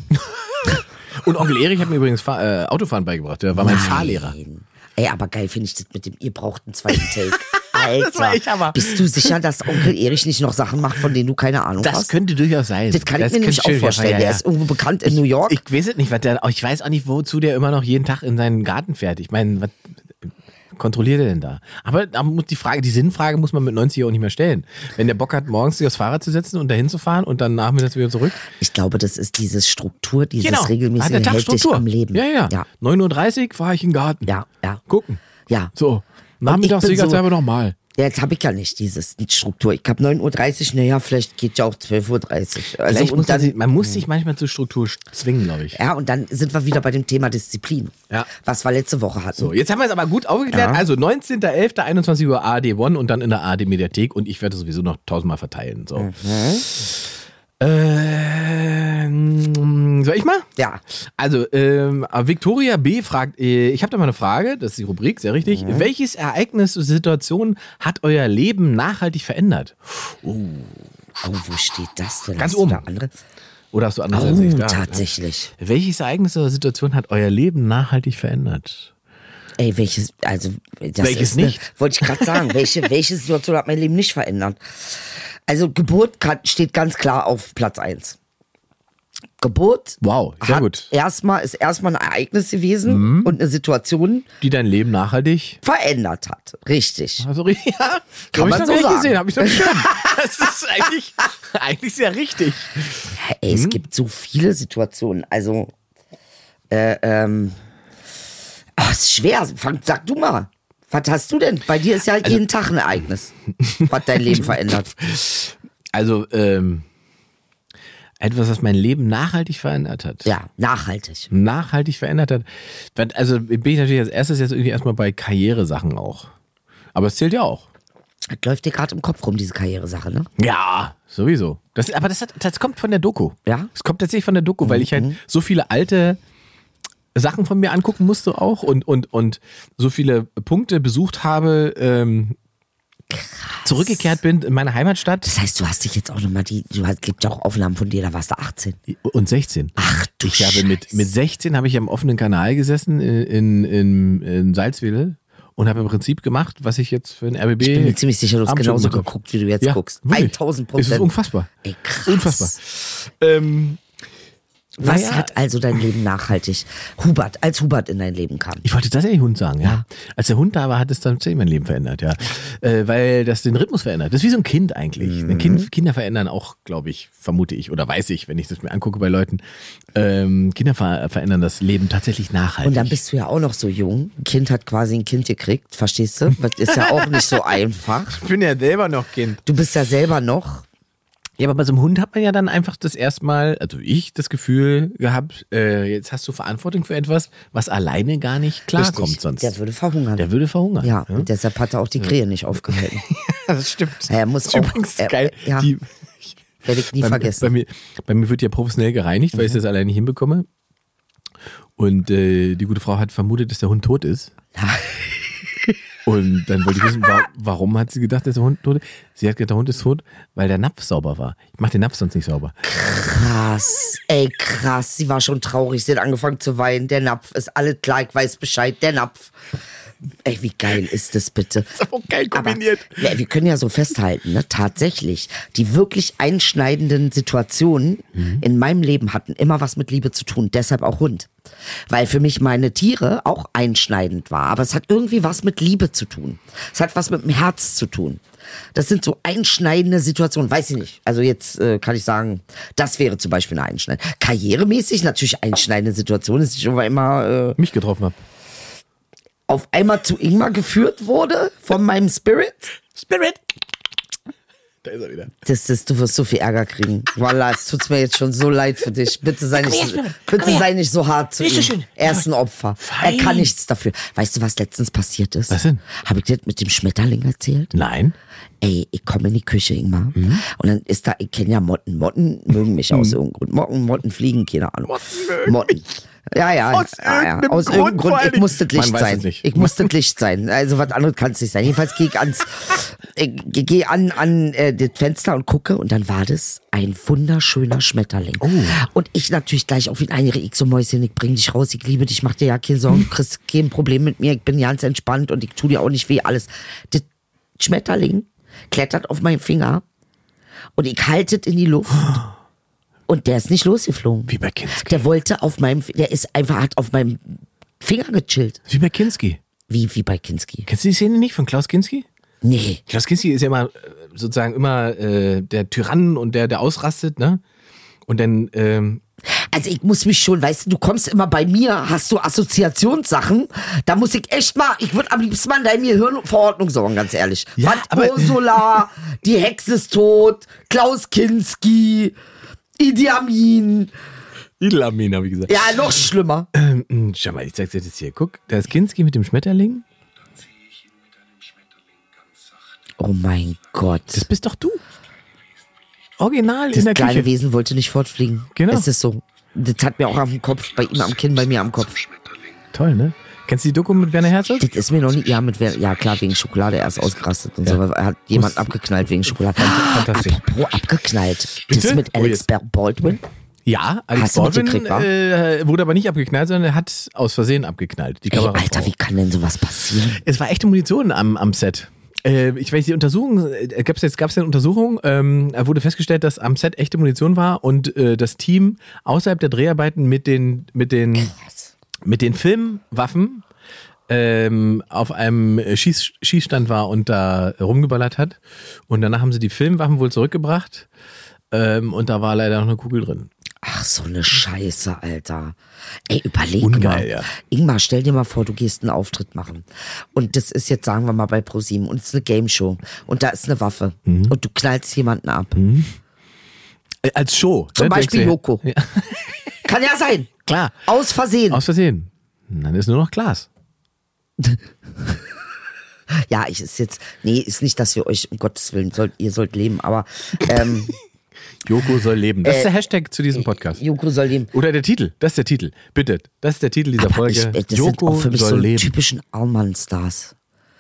B: Und Onkel Erich hat mir übrigens Fahr äh, Autofahren beigebracht. Der war mein Fahrlehrer.
E: Nein. Ey, aber geil finde ich das mit dem, ihr braucht einen zweiten Take. Alter,
B: Das war echt Hammer.
E: bist du sicher, dass Onkel Erich nicht noch Sachen macht, von denen du keine Ahnung
B: Das
E: hast?
B: könnte durchaus sein.
E: Das kann ich mir
B: könnte
E: nämlich auch
B: durchaus
E: vorstellen.
B: sein,
E: Der ist irgendwo bekannt in New York.
B: Ich weiß es nicht, was der, ich weiß auch nicht, wozu der immer noch jeden Tag in seinen Garten fährt. Ich meine, was kontrolliert er denn da? Aber da muss die Frage, die Sinnfrage muss man mit 90 auch nicht mehr stellen. Wenn der Bock hat, morgens sich aufs Fahrrad zu setzen und dahin zu fahren und dann nachmittags wieder zurück. Genau.
E: Ich glaube, das ist diese Struktur, dieses
B: Hat
E: regelmäßige
B: der Tag
E: hält dich
B: Struktur.
E: am Leben.
B: Ja, ja.
E: ja.
B: 9.30 Uhr fahre ich in den Garten.
E: Ja, ja.
B: Gucken.
E: Ja.
B: So.
E: Und ich bin
B: Nachmittags
E: so-
B: so, nochmal.
E: Ja, Jetzt habe ich ja nicht dieses die Struktur. Ich habe 9.30 Uhr, naja, vielleicht geht ja auch 12.30 Uhr.
B: Vielleicht
E: Also,
B: muss
E: und
B: man,
E: dann,
B: sich, man muss sich manchmal zur Struktur sch- zwingen, glaube ich.
E: ja, und dann sind wir wieder bei dem Thema Disziplin,
B: Ja.
E: was wir letzte Woche hatten.
B: So, jetzt haben wir es aber gut aufgeklärt.
E: Ja.
B: Also 19.11., 21 Uhr AD1 und dann in der AD Mediathek und ich werde es sowieso noch Mhm. tausendmal verteilen. So. Ähm, Soll ich mal?
E: Ja.
B: Also, ähm, Victoria B. fragt, äh, ich habe da mal eine Frage, das ist die Rubrik, sehr richtig. Welches Ereignis oder Situation hat euer Leben nachhaltig verändert?
E: Oh, wo steht das denn?
B: Ganz
E: Hast du
B: oben.
E: da Andere?
B: Oder hast du anders als ich?
E: Oh,
B: Ja.
E: tatsächlich.
B: Welches Ereignis oder Situation hat euer Leben nachhaltig verändert?
E: Ey, welches, also, das
B: Welches
E: ist eine-
B: nicht?
E: Wollte ich gerade sagen, welche, welche Situation hat mein Leben nicht verändert? Also, Geburt kann, steht ganz klar auf Platz 1. Geburt.
B: Wow, sehr
E: hat
B: gut. Mhm.
E: Erstmal, ist erstmal ein Ereignis gewesen und eine Situation
B: Die dein Leben nachhaltig?
E: verändert hat. Richtig.
B: Also, ja,
E: Kann
B: hab
E: man
B: ich noch
E: so
B: nicht
E: sagen.
B: gesehen, habe ich noch nicht gesehen. Das ist eigentlich, eigentlich sehr richtig.
E: Ey,
B: Mhm.
E: es gibt so viele Situationen. Also, äh, ähm, ah, es ist schwer. Fang, sag du mal. Was hast du denn? Bei dir ist ja jeden Tag ein Ereignis, was dein Leben verändert.
B: Also, ähm, etwas, was mein Leben nachhaltig verändert hat.
E: Ja, nachhaltig.
B: nachhaltig verändert hat. Weil, Also bin ich natürlich als erstes jetzt irgendwie erstmal bei Karrieresachen auch. Aber es zählt ja auch.
E: Das läuft dir gerade im Kopf rum, diese Karrieresache, ne?
B: Ja, sowieso. Das, aber das, hat, das kommt von der Doku.
E: Ja?
B: Es kommt tatsächlich von der Doku, weil ich halt so viele alte Sachen von mir angucken musste auch und, und, und so viele Punkte besucht habe, ähm, zurückgekehrt bin in meine Heimatstadt.
E: Das heißt, du hast dich jetzt auch nochmal die, du hast, gibt ja auch Aufnahmen von dir, da warst du 18.
B: Und 16.
E: Ach du
B: Ich habe mit,
E: Scheiße.
B: mit 16 habe ich am offenen Kanal gesessen äh, in, in, in, in Salzwedel und habe im Prinzip gemacht, was ich jetzt für ein RBB.
E: Ich bin mir ziemlich sicher, du hast genauso geguckt, wie du jetzt
B: ja,
E: guckst.
B: wirklich.
E: 1000
B: Es ist
E: Prozent.
B: unfassbar.
E: Ey, krass.
B: Unfassbar. Ähm,
E: Was
B: naja,
E: hat also dein Leben nachhaltig? Hubert, als Hubert in dein Leben kam.
B: ich wollte tatsächlich Hund sagen, ja. Als der Hund da war, hat es dann tatsächlich mein Leben verändert, ja. Mhm. Äh, weil das den Rhythmus verändert. Das ist wie so ein Kind eigentlich. Ein kind, Kinder verändern auch, glaube ich, vermute ich oder weiß ich, wenn ich das mir angucke bei Leuten. Ähm, Kinder ver verändern das Leben tatsächlich nachhaltig.
E: Und dann bist du ja auch noch so jung. Ein Kind hat quasi ein Kind gekriegt, verstehst du? Das ist ja auch nicht so einfach.
B: ich bin ja selber noch Kind.
E: Du bist ja selber noch.
B: Ja, aber bei so einem Hund hat man ja dann einfach das erstmal, also ich das Gefühl gehabt, äh, jetzt hast du Verantwortung für etwas, was alleine gar nicht klarkommt
E: Richtig.
B: sonst.
E: Der würde verhungern.
B: Der würde verhungern. ne?
E: ja, und deshalb hat er auch die Krähe nicht aufgehalten.
B: das stimmt.
E: Er muss
B: das ist
E: auch-
B: übrigens
E: er-
B: geil.
E: ja.
B: Die,
E: Werde ich nie
B: bei,
E: vergessen.
B: Bei mir, bei mir wird ja professionell gereinigt, weil ich das alleine nicht hinbekomme. Und äh, die gute Frau hat vermutet, dass der Hund tot ist. Und dann wollte ich wissen, wa warum hat sie gedacht, dass der Hund tot ist? Sie hat gedacht, der Hund ist tot, weil der Napf sauber war. Ich mache den Napf sonst nicht sauber.
E: Krass, ey, krass. Sie war schon traurig. Sie hat angefangen zu weinen. Der Napf ist alles klar. Ich weiß Bescheid. Der Napf. Ey, wie geil ist das bitte? Das
B: ist aber auch Oh, geil kombiniert.
E: Aber, ja, wir können ja so festhalten, ne? tatsächlich, die wirklich einschneidenden Situationen in meinem Leben hatten immer was mit Liebe zu tun. Deshalb auch Hund. Weil für mich meine Tiere auch einschneidend war. Aber es hat irgendwie was mit Liebe zu tun. Es hat was mit dem Herz zu tun. Das sind so einschneidende Situationen, weiß ich nicht. Also jetzt äh, kann ich sagen, das wäre zum Beispiel eine einschneidende. Karrieremäßig natürlich einschneidende Situation, ist schon immer äh,
B: Mich getroffen hat.
E: auf einmal zu Ingmar geführt wurde von meinem Spirit.
B: Spirit! Da ist er wieder.
E: Das ist, du wirst so viel Ärger kriegen. Wallah, es tut's mir jetzt schon so leid für dich. Bitte sei nicht, so- bitte sei nicht so hart zu ihm. Er ist ein Opfer. Er kann nichts dafür. Weißt du, was letztens passiert ist?
B: Was denn?
E: Habe ich dir das mit dem Schmetterling erzählt?
B: Nein.
E: ey, ich komme in die Küche, Ingmar.
B: Mhm.
E: Und dann ist da, ich kenne ja Motten. Motten mögen mich aus irgendeinem Grund. Motten, Motten fliegen, keine Ahnung. Motten. Ja, ja.
B: Aus
E: ja, ja.
B: irgendeinem
E: aus
B: Grund
E: irgendeinem
B: vor
E: Grund.
B: allen
E: Ich
B: Dingen.
E: musste
B: Man
E: Licht
B: weiß
E: sein.
B: es nicht.
E: Ich musste Licht sein. Also was anderes kann es nicht sein. Jedenfalls gehe ich ans, ich gehe an, an äh, das Fenster und gucke und dann war das ein wunderschöner Schmetterling.
B: Oh.
E: Und ich natürlich gleich auf ihn einige ich so Mäuschen, ich bring dich raus, ich liebe dich, mach dir ja keine Sorgen, du kriegst kein Problem mit mir, ich bin ganz entspannt und ich tu dir auch nicht weh, alles. Das Schmetterling klettert auf meinen Finger und ich halte es in die Luft. Und der ist nicht losgeflogen.
B: Wie bei Kinski.
E: Der wollte auf meinem, der ist einfach, hat auf meinem Finger gechillt.
B: Wie bei Kinski.
E: Wie, wie bei Kinski.
B: Kennst du die Szene nicht von Klaus Kinski?
E: Nee.
B: Klaus Kinski ist ja immer äh, sozusagen immer äh, der Tyrann und der, der ausrastet, ne? Und dann, ähm,
E: Also ich muss mich schon, weißt du, du kommst immer bei mir, hast du Assoziationssachen, da muss ich echt mal, ich würde am liebsten mal in deinem Gehirn für Ordnung sorgen, ganz ehrlich.
B: Ja,
E: Was,
B: aber-
E: Ursula, die Hexe ist tot, Klaus Kinski, Idi Amin,
B: Idelamin, habe ich gesagt.
E: ja, noch schlimmer.
B: Hm, Schau mal, ich zeig's dir jetzt hier. Guck, da ist Kinski mit dem Schmetterling.
E: Oh mein Gott.
B: Das bist doch du. Original in
E: Das
B: der
E: kleine
B: Küche.
E: Wesen wollte nicht fortfliegen.
B: Genau.
E: Es ist so. Das hat mir auch auf dem Kopf, bei ihm am Kinn, bei mir am Kopf.
B: Toll, ne? Kennst du die Doku mit Werner Herzog?
E: Das ist mir noch nie. Ja, mit, wer- ja klar, wegen Schokolade erst ausgerastet und so. weil Hat jemand abgeknallt wegen Schokolade. Ah,
B: fantastisch.
E: Apropos abgeknallt. Das
B: Bitte?
E: mit
B: Oh,
E: Alex Baldwin.
B: Ja, Alex
E: Hast du
B: Baldwin
E: mitgekriegt, wa?
B: äh, wurde aber nicht abgeknallt, sondern er hat aus Versehen abgeknallt. Die
E: Ey,
B: Kamera
E: Alter, wie kann denn sowas passieren?
B: Es war echte Munition am, am Set. Äh, ich weiß, die Untersuchung, äh, gab's jetzt gab's eine Untersuchung, ähm, da wurde festgestellt, dass am Set echte Munition war und äh, das Team außerhalb der Dreharbeiten mit den, mit den, mit den Filmwaffen ähm, auf einem äh, Schieß, Schießstand war und da rumgeballert hat. Und danach haben sie die Filmwaffen wohl zurückgebracht ähm, und da war leider noch eine Kugel drin.
E: Ach, so eine Scheiße, Alter. Ey, überleg mal.
B: Ungeil, ja.
E: Ingmar, stell dir mal vor, du gehst einen Auftritt machen. Und das ist jetzt, sagen wir mal, bei ProSieben. Und es ist eine Game Show. Und da ist eine Waffe.
B: Mhm.
E: Und du knallst jemanden ab.
B: Äh, als Show. ne,
E: Zum
B: denkst
E: Beispiel
B: du,
E: Joko.
B: Ja,
E: Kann ja sein.
B: klar.
E: Aus Versehen.
B: Aus Versehen. Dann ist nur noch Glas.
E: Ja, ich ist jetzt, nee, ist nicht, dass wir euch, um Gottes Willen, sollt, ihr sollt leben, aber ähm,
B: Joko soll
E: Äh,
B: leben. Das ist der Hashtag zu diesem Podcast.
E: Joko soll leben.
B: Oder der Titel. Das ist der Titel. Bitte. Das ist der Titel dieser
E: Aber
B: Folge.
E: ich, das sind
B: Joko
E: auch für mich so
B: soll
E: einen
B: leben.
E: typischen Allmann-Stars.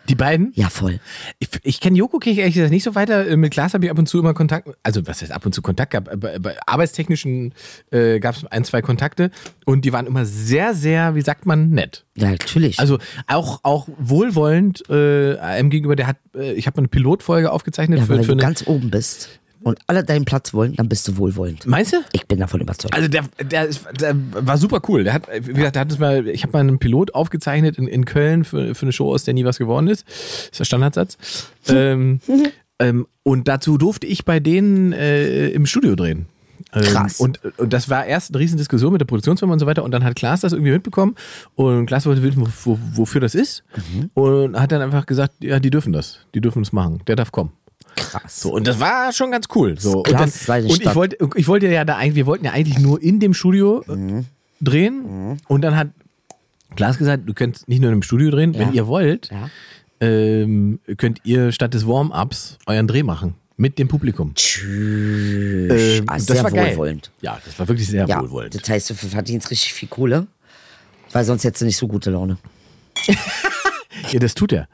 B: Die beiden?
E: Ja, voll.
B: Ich, ich kenne Joko, kenne ich ehrlich gesagt nicht so weiter. Äh, Mit Klaas habe ich ab und zu immer Kontakt. Also, was heißt ab und zu Kontakt gab? Bei, bei arbeitstechnischen äh, gab es ein, zwei Kontakte. Und die waren immer sehr, sehr, wie sagt man, nett.
E: Ja, natürlich.
B: Also auch, auch wohlwollend äh, einem gegenüber, der hat, äh, ich habe eine Pilotfolge aufgezeichnet
E: ja,
B: für,
E: wenn
B: für
E: du
B: eine.
E: ganz oben bist und alle deinen Platz wollen, dann bist du wohlwollend.
B: Meinst du?
E: Ich bin davon überzeugt.
B: Also der, der, ist, der war super cool. Der hat, wie gesagt, der hat es mal, ich habe mal einen Pilot aufgezeichnet in, in Köln für, für eine Show, aus der nie was geworden ist. ist der Standardsatz. ähm, ähm, und dazu durfte ich bei denen äh, im Studio drehen. Ähm,
E: Krass.
B: Und, und das war erst eine Riesendiskussion mit der Produktionsfirma und so weiter. Und dann hat Klaas das irgendwie mitbekommen. Und Klaas wollte wissen, wo, wo, wofür das ist. Und hat dann einfach gesagt, ja, die dürfen das. Die dürfen es machen. Der darf kommen.
E: krass.
B: So, und das war schon ganz cool. So,
E: Klasse,
B: und
E: seine
B: und ich
E: Stadt.
B: wollte, ich wollte ja da eigentlich, wir wollten ja eigentlich nur in dem Studio äh,
E: Mhm.
B: drehen. Und dann hat Klaas gesagt, du könnt nicht nur in dem Studio drehen, wenn ihr wollt,
E: Ja.
B: ähm, könnt ihr statt des Warm-Ups euren Dreh machen. Mit dem Publikum. Ähm,
E: Ah,
B: das
E: sehr
B: war geil.
E: wohlwollend.
B: Ja, das war wirklich sehr
E: Ja,
B: wohlwollend.
E: das heißt, du verdienst richtig viel Kohle, weil sonst hättest du nicht so gute Laune.
B: Ja, das tut er.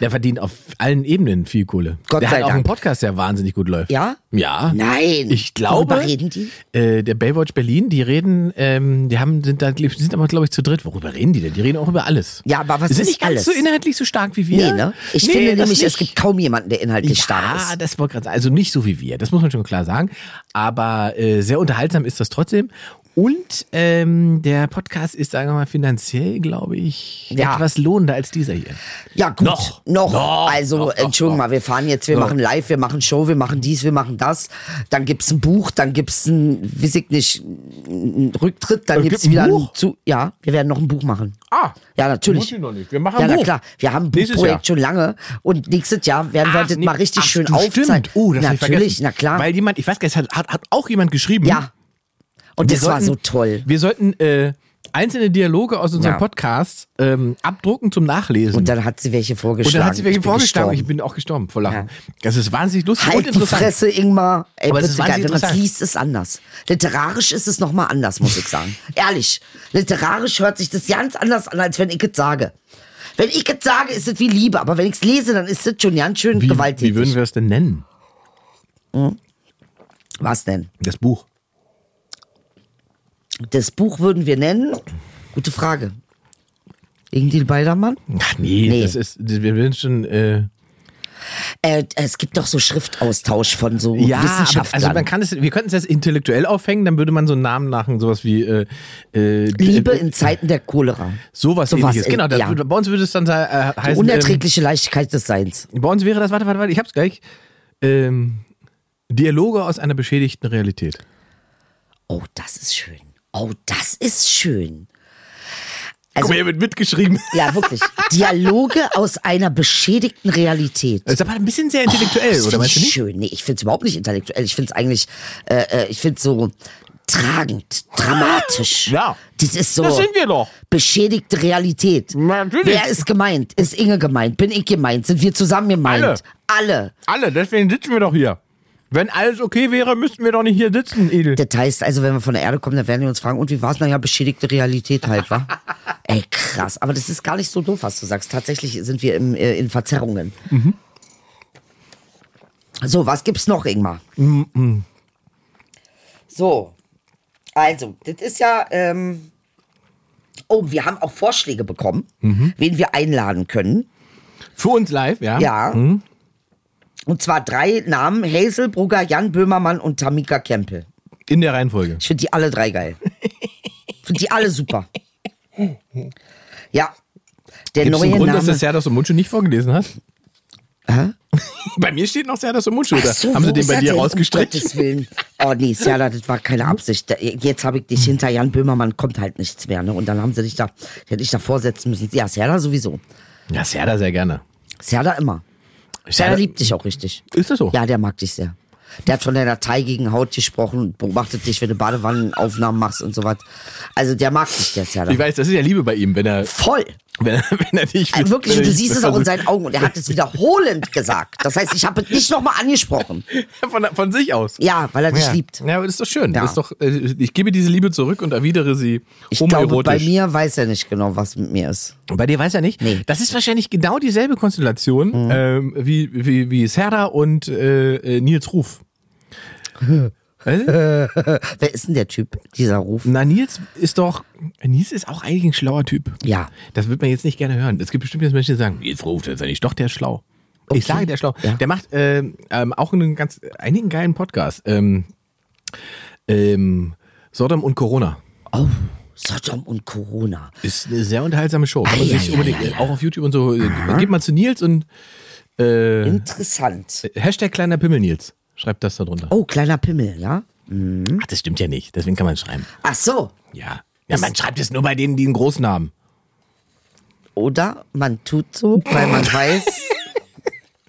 B: Der verdient auf allen Ebenen viel Kohle.
E: Gott
B: der
E: sei
B: hat auch
E: Dank.
B: einen Podcast, der wahnsinnig gut läuft.
E: Ja?
B: Ja.
E: Nein.
B: Ich glaube.
E: Worüber reden die?
B: Äh, der Baywatch Berlin, die reden, ähm, die haben, sind da, glaub ich, sind aber, glaube ich, zu dritt. Worüber reden die denn? Die reden auch über alles.
E: Ja, aber was
B: Die sind
E: ist
B: nicht ganz
E: alles?
B: so inhaltlich so stark wie wir.
E: Nee, ne? Ich
B: Nee,
E: finde
B: das
E: nämlich, es
B: nicht.
E: gibt kaum jemanden, der inhaltlich stark ist.
B: Ja, das wollte ich gerade sagen. Also nicht so wie wir, das muss man schon klar sagen. Aber äh, sehr unterhaltsam ist das trotzdem. Und ähm, der Podcast ist, sagen wir mal, finanziell, glaube ich,
E: Ja.
B: etwas lohnender als dieser hier.
E: Ja, gut.
B: Noch.
E: Noch.
B: Noch.
E: Also,
B: Noch, noch,
E: Entschuldigung mal, wir fahren jetzt, wir machen live, wir machen Show, wir machen dies, wir machen das. Dann gibt's ein Buch, dann gibt's ein, weiß ich nicht, ein Rücktritt, dann
B: Es
E: gibt's
B: gibt Äh, ein
E: wieder ein
B: Buch?
E: zu. Ja, wir werden noch ein Buch machen.
B: Ah.
E: Ja, natürlich.
B: Muss ich noch nicht. Wir machen
E: ja,
B: ein
E: na
B: Buch.
E: klar. Wir haben ein
B: Nächstes
E: Buchprojekt
B: Jahr.
E: schon lange und nächstes Jahr werden wir
B: Ach,
E: das
B: nee.
E: mal richtig
B: Ach,
E: schön
B: du,
E: aufzeigen.
B: Stimmt. Oh, das hab ich
E: natürlich,
B: vergessen.
E: na klar.
B: Weil jemand, ich weiß gar nicht, hat, hat, hat auch jemand geschrieben.
E: ja. Und
B: Wir
E: das war
B: sollten-
E: so toll.
B: Wir sollten äh, einzelne Dialoge aus unserem
E: Ja.
B: Podcast ähm, abdrucken zum Nachlesen.
E: Und dann hat sie welche vorgeschlagen.
B: Und dann hat sie welche
E: Ich bin
B: vorgeschlagen.
E: gestorben.
B: Ich bin auch gestorben vor Lachen. Das ist wahnsinnig lustig und
E: Halt die
B: interessant.
E: Fresse, Ingmar. Ey,
B: Aber es
E: bitte,
B: ist wahnsinnig
E: geil. wenn man es
B: interessant.
E: liest, ist es anders. Literarisch ist es nochmal anders, muss ich sagen. Ehrlich. Literarisch hört sich das ganz anders an, als wenn ich es sage. Wenn ich es sage, ist es wie Liebe. Aber wenn ich es lese, dann ist es schon ganz schön
B: Wie,
E: gewalttätig.
B: wie würden wir es denn nennen?
E: Was denn?
B: Das Buch.
E: Das Buch würden wir nennen? Gute Frage. Irgendwie Baldermann?
B: Ach nee,
E: Nee.
B: das ist, wir würden schon. Äh,
E: Äh, es gibt doch so Schriftaustausch von so
B: aber,
E: Wissenschaftlern.
B: also man kann es, wir könnten es jetzt intellektuell aufhängen, dann würde man so einen Namen machen, sowas wie äh, äh,
E: Liebe
B: äh,
E: in Zeiten der Cholera.
B: sowas,
E: sowas
B: ähnliches.
E: in-
B: Genau, das,
E: ja.
B: würde- bei uns würde es dann äh, heißen. ähm,
E: Unerträgliche Leichtigkeit des Seins.
B: Bei uns wäre das, warte, warte, warte, ich hab's gleich. Ähm, Dialoge aus einer beschädigten Realität.
E: Oh, das ist schön. Oh, das ist schön.
B: Guck mal, hier wird mitgeschrieben.
E: Ja, wirklich. Dialoge aus einer beschädigten Realität.
B: Das ist aber ein bisschen sehr intellektuell,
E: Das
B: oder
E: find
B: meinst du
E: ich
B: nicht?
E: Schön. Nee, ich finde es überhaupt nicht intellektuell. Ich finde es eigentlich, äh, äh, ich finde so tragend, dramatisch.
B: Ja.
E: Das ist so.
B: Das sind wir doch.
E: Beschädigte Realität.
B: Natürlich.
E: Wer ist gemeint? Ist Inge gemeint? Bin ich gemeint? Sind wir zusammen gemeint? Alle.
B: Alle, deswegen sitzen wir doch hier. Wenn alles okay wäre, müssten wir doch nicht hier sitzen, Edel.
E: Das heißt also, wenn wir von der Erde kommen, dann werden die uns fragen, und wie war es? Naja, beschädigte Realität halt, wa? Ey, krass. Aber das ist gar nicht so doof, was du sagst. Tatsächlich sind wir im, äh, in Verzerrungen. So, was gibt's noch, Ingmar? So, also, das ist ja. Ähm oh, wir haben auch Vorschläge bekommen, wen wir einladen können.
B: Für uns live, ja? Hm?
E: Ja. Und zwar drei Namen: Hazel, Brugger, Jan Böhmermann und Tamika Kempel.
B: In der Reihenfolge.
E: Ich finde die alle drei geil. Ich finde die alle super. Ja. Der
B: Gibt es einen
E: neue
B: Grund,
E: Name.
B: dass du Serdas und Mundschuh nicht vorgelesen hast? bei mir steht noch Serdas und Mundschuh. Oder haben
E: wo
B: sie den
E: ist
B: bei
E: er
B: dir
E: denn? Um
B: rausgestrichen?
E: Gottes Willen. Oh nee, Serda, das war keine Absicht. Da- Jetzt habe ich dich
B: Hm.
E: hinter Jan Böhmermann, kommt halt nichts mehr. Ne? Und dann haben sie dich da, die hätte ich da vorsetzen müssen. Ja, Serda sowieso.
B: Ja, Serda sehr gerne.
E: Serda immer. Serda
B: Serdar-
E: liebt dich auch richtig.
B: Ist das so?
E: Ja, der mag dich sehr. Der hat von der Datei gegen Haut gesprochen und beobachtet dich, wenn du Badewannenaufnahmen machst und so was. Also der mag dich, der Serda.
B: Ich weiß, das ist ja Liebe bei ihm, wenn er,
E: Voll.
B: wenn er, wenn er dich...
E: Äh, Wirklich,
B: wenn er
E: und du
B: dich-
E: siehst es auch in seinen Augen. Und er hat es wiederholend gesagt. Das heißt, ich habe es nicht nochmal angesprochen.
B: Von, von sich aus.
E: Ja, weil er dich liebt.
B: Ja, aber das ist doch schön.
E: Ja.
B: Das ist doch, äh, ich gebe diese Liebe zurück und erwidere sie
E: Ich glaube, bei
B: homoerotisch.
E: mir weiß er nicht genau, was mit mir ist.
B: bei, dir weiß er nicht.
E: Nee. Mhm.
B: Das ist wahrscheinlich genau dieselbe Konstellation ähm, wie, wie, wie Serda und äh, äh, Nils Ruf. Weißt du?
E: Wer ist denn der Typ, dieser Ruf?
B: Na, Nils ist doch, Nils ist auch eigentlich ein schlauer Typ.
E: Ja.
B: Das wird man jetzt nicht gerne hören. Es gibt bestimmt jetzt Menschen, die sagen, Nils Ruf, der ist ja nicht, doch, der ist schlau. Ich sage, der ist schlau.
E: Ja.
B: Der macht ähm, ähm, auch einen ganz, einigen geilen Podcast. Ähm, ähm, Sodom und Corona.
E: Oh, Sodom und Corona.
B: Ist eine sehr unterhaltsame Show. Kann man
E: Ah, ja,
B: sich
E: ja,
B: unbedingt,
E: ja, ja.
B: auch auf YouTube und so, äh, geht mal zu Nils und äh,
E: Interessant.
B: Hashtag kleiner Pimmel Nils. Schreibt das da drunter.
E: Oh, kleiner Pimmel, ja?
B: Ach, Oh, das stimmt ja nicht. Deswegen kann man es schreiben.
E: Ach so.
B: Ja. Ja, man schreibt es nur bei denen, die einen großen haben.
E: Oder man tut so, weil man weiß,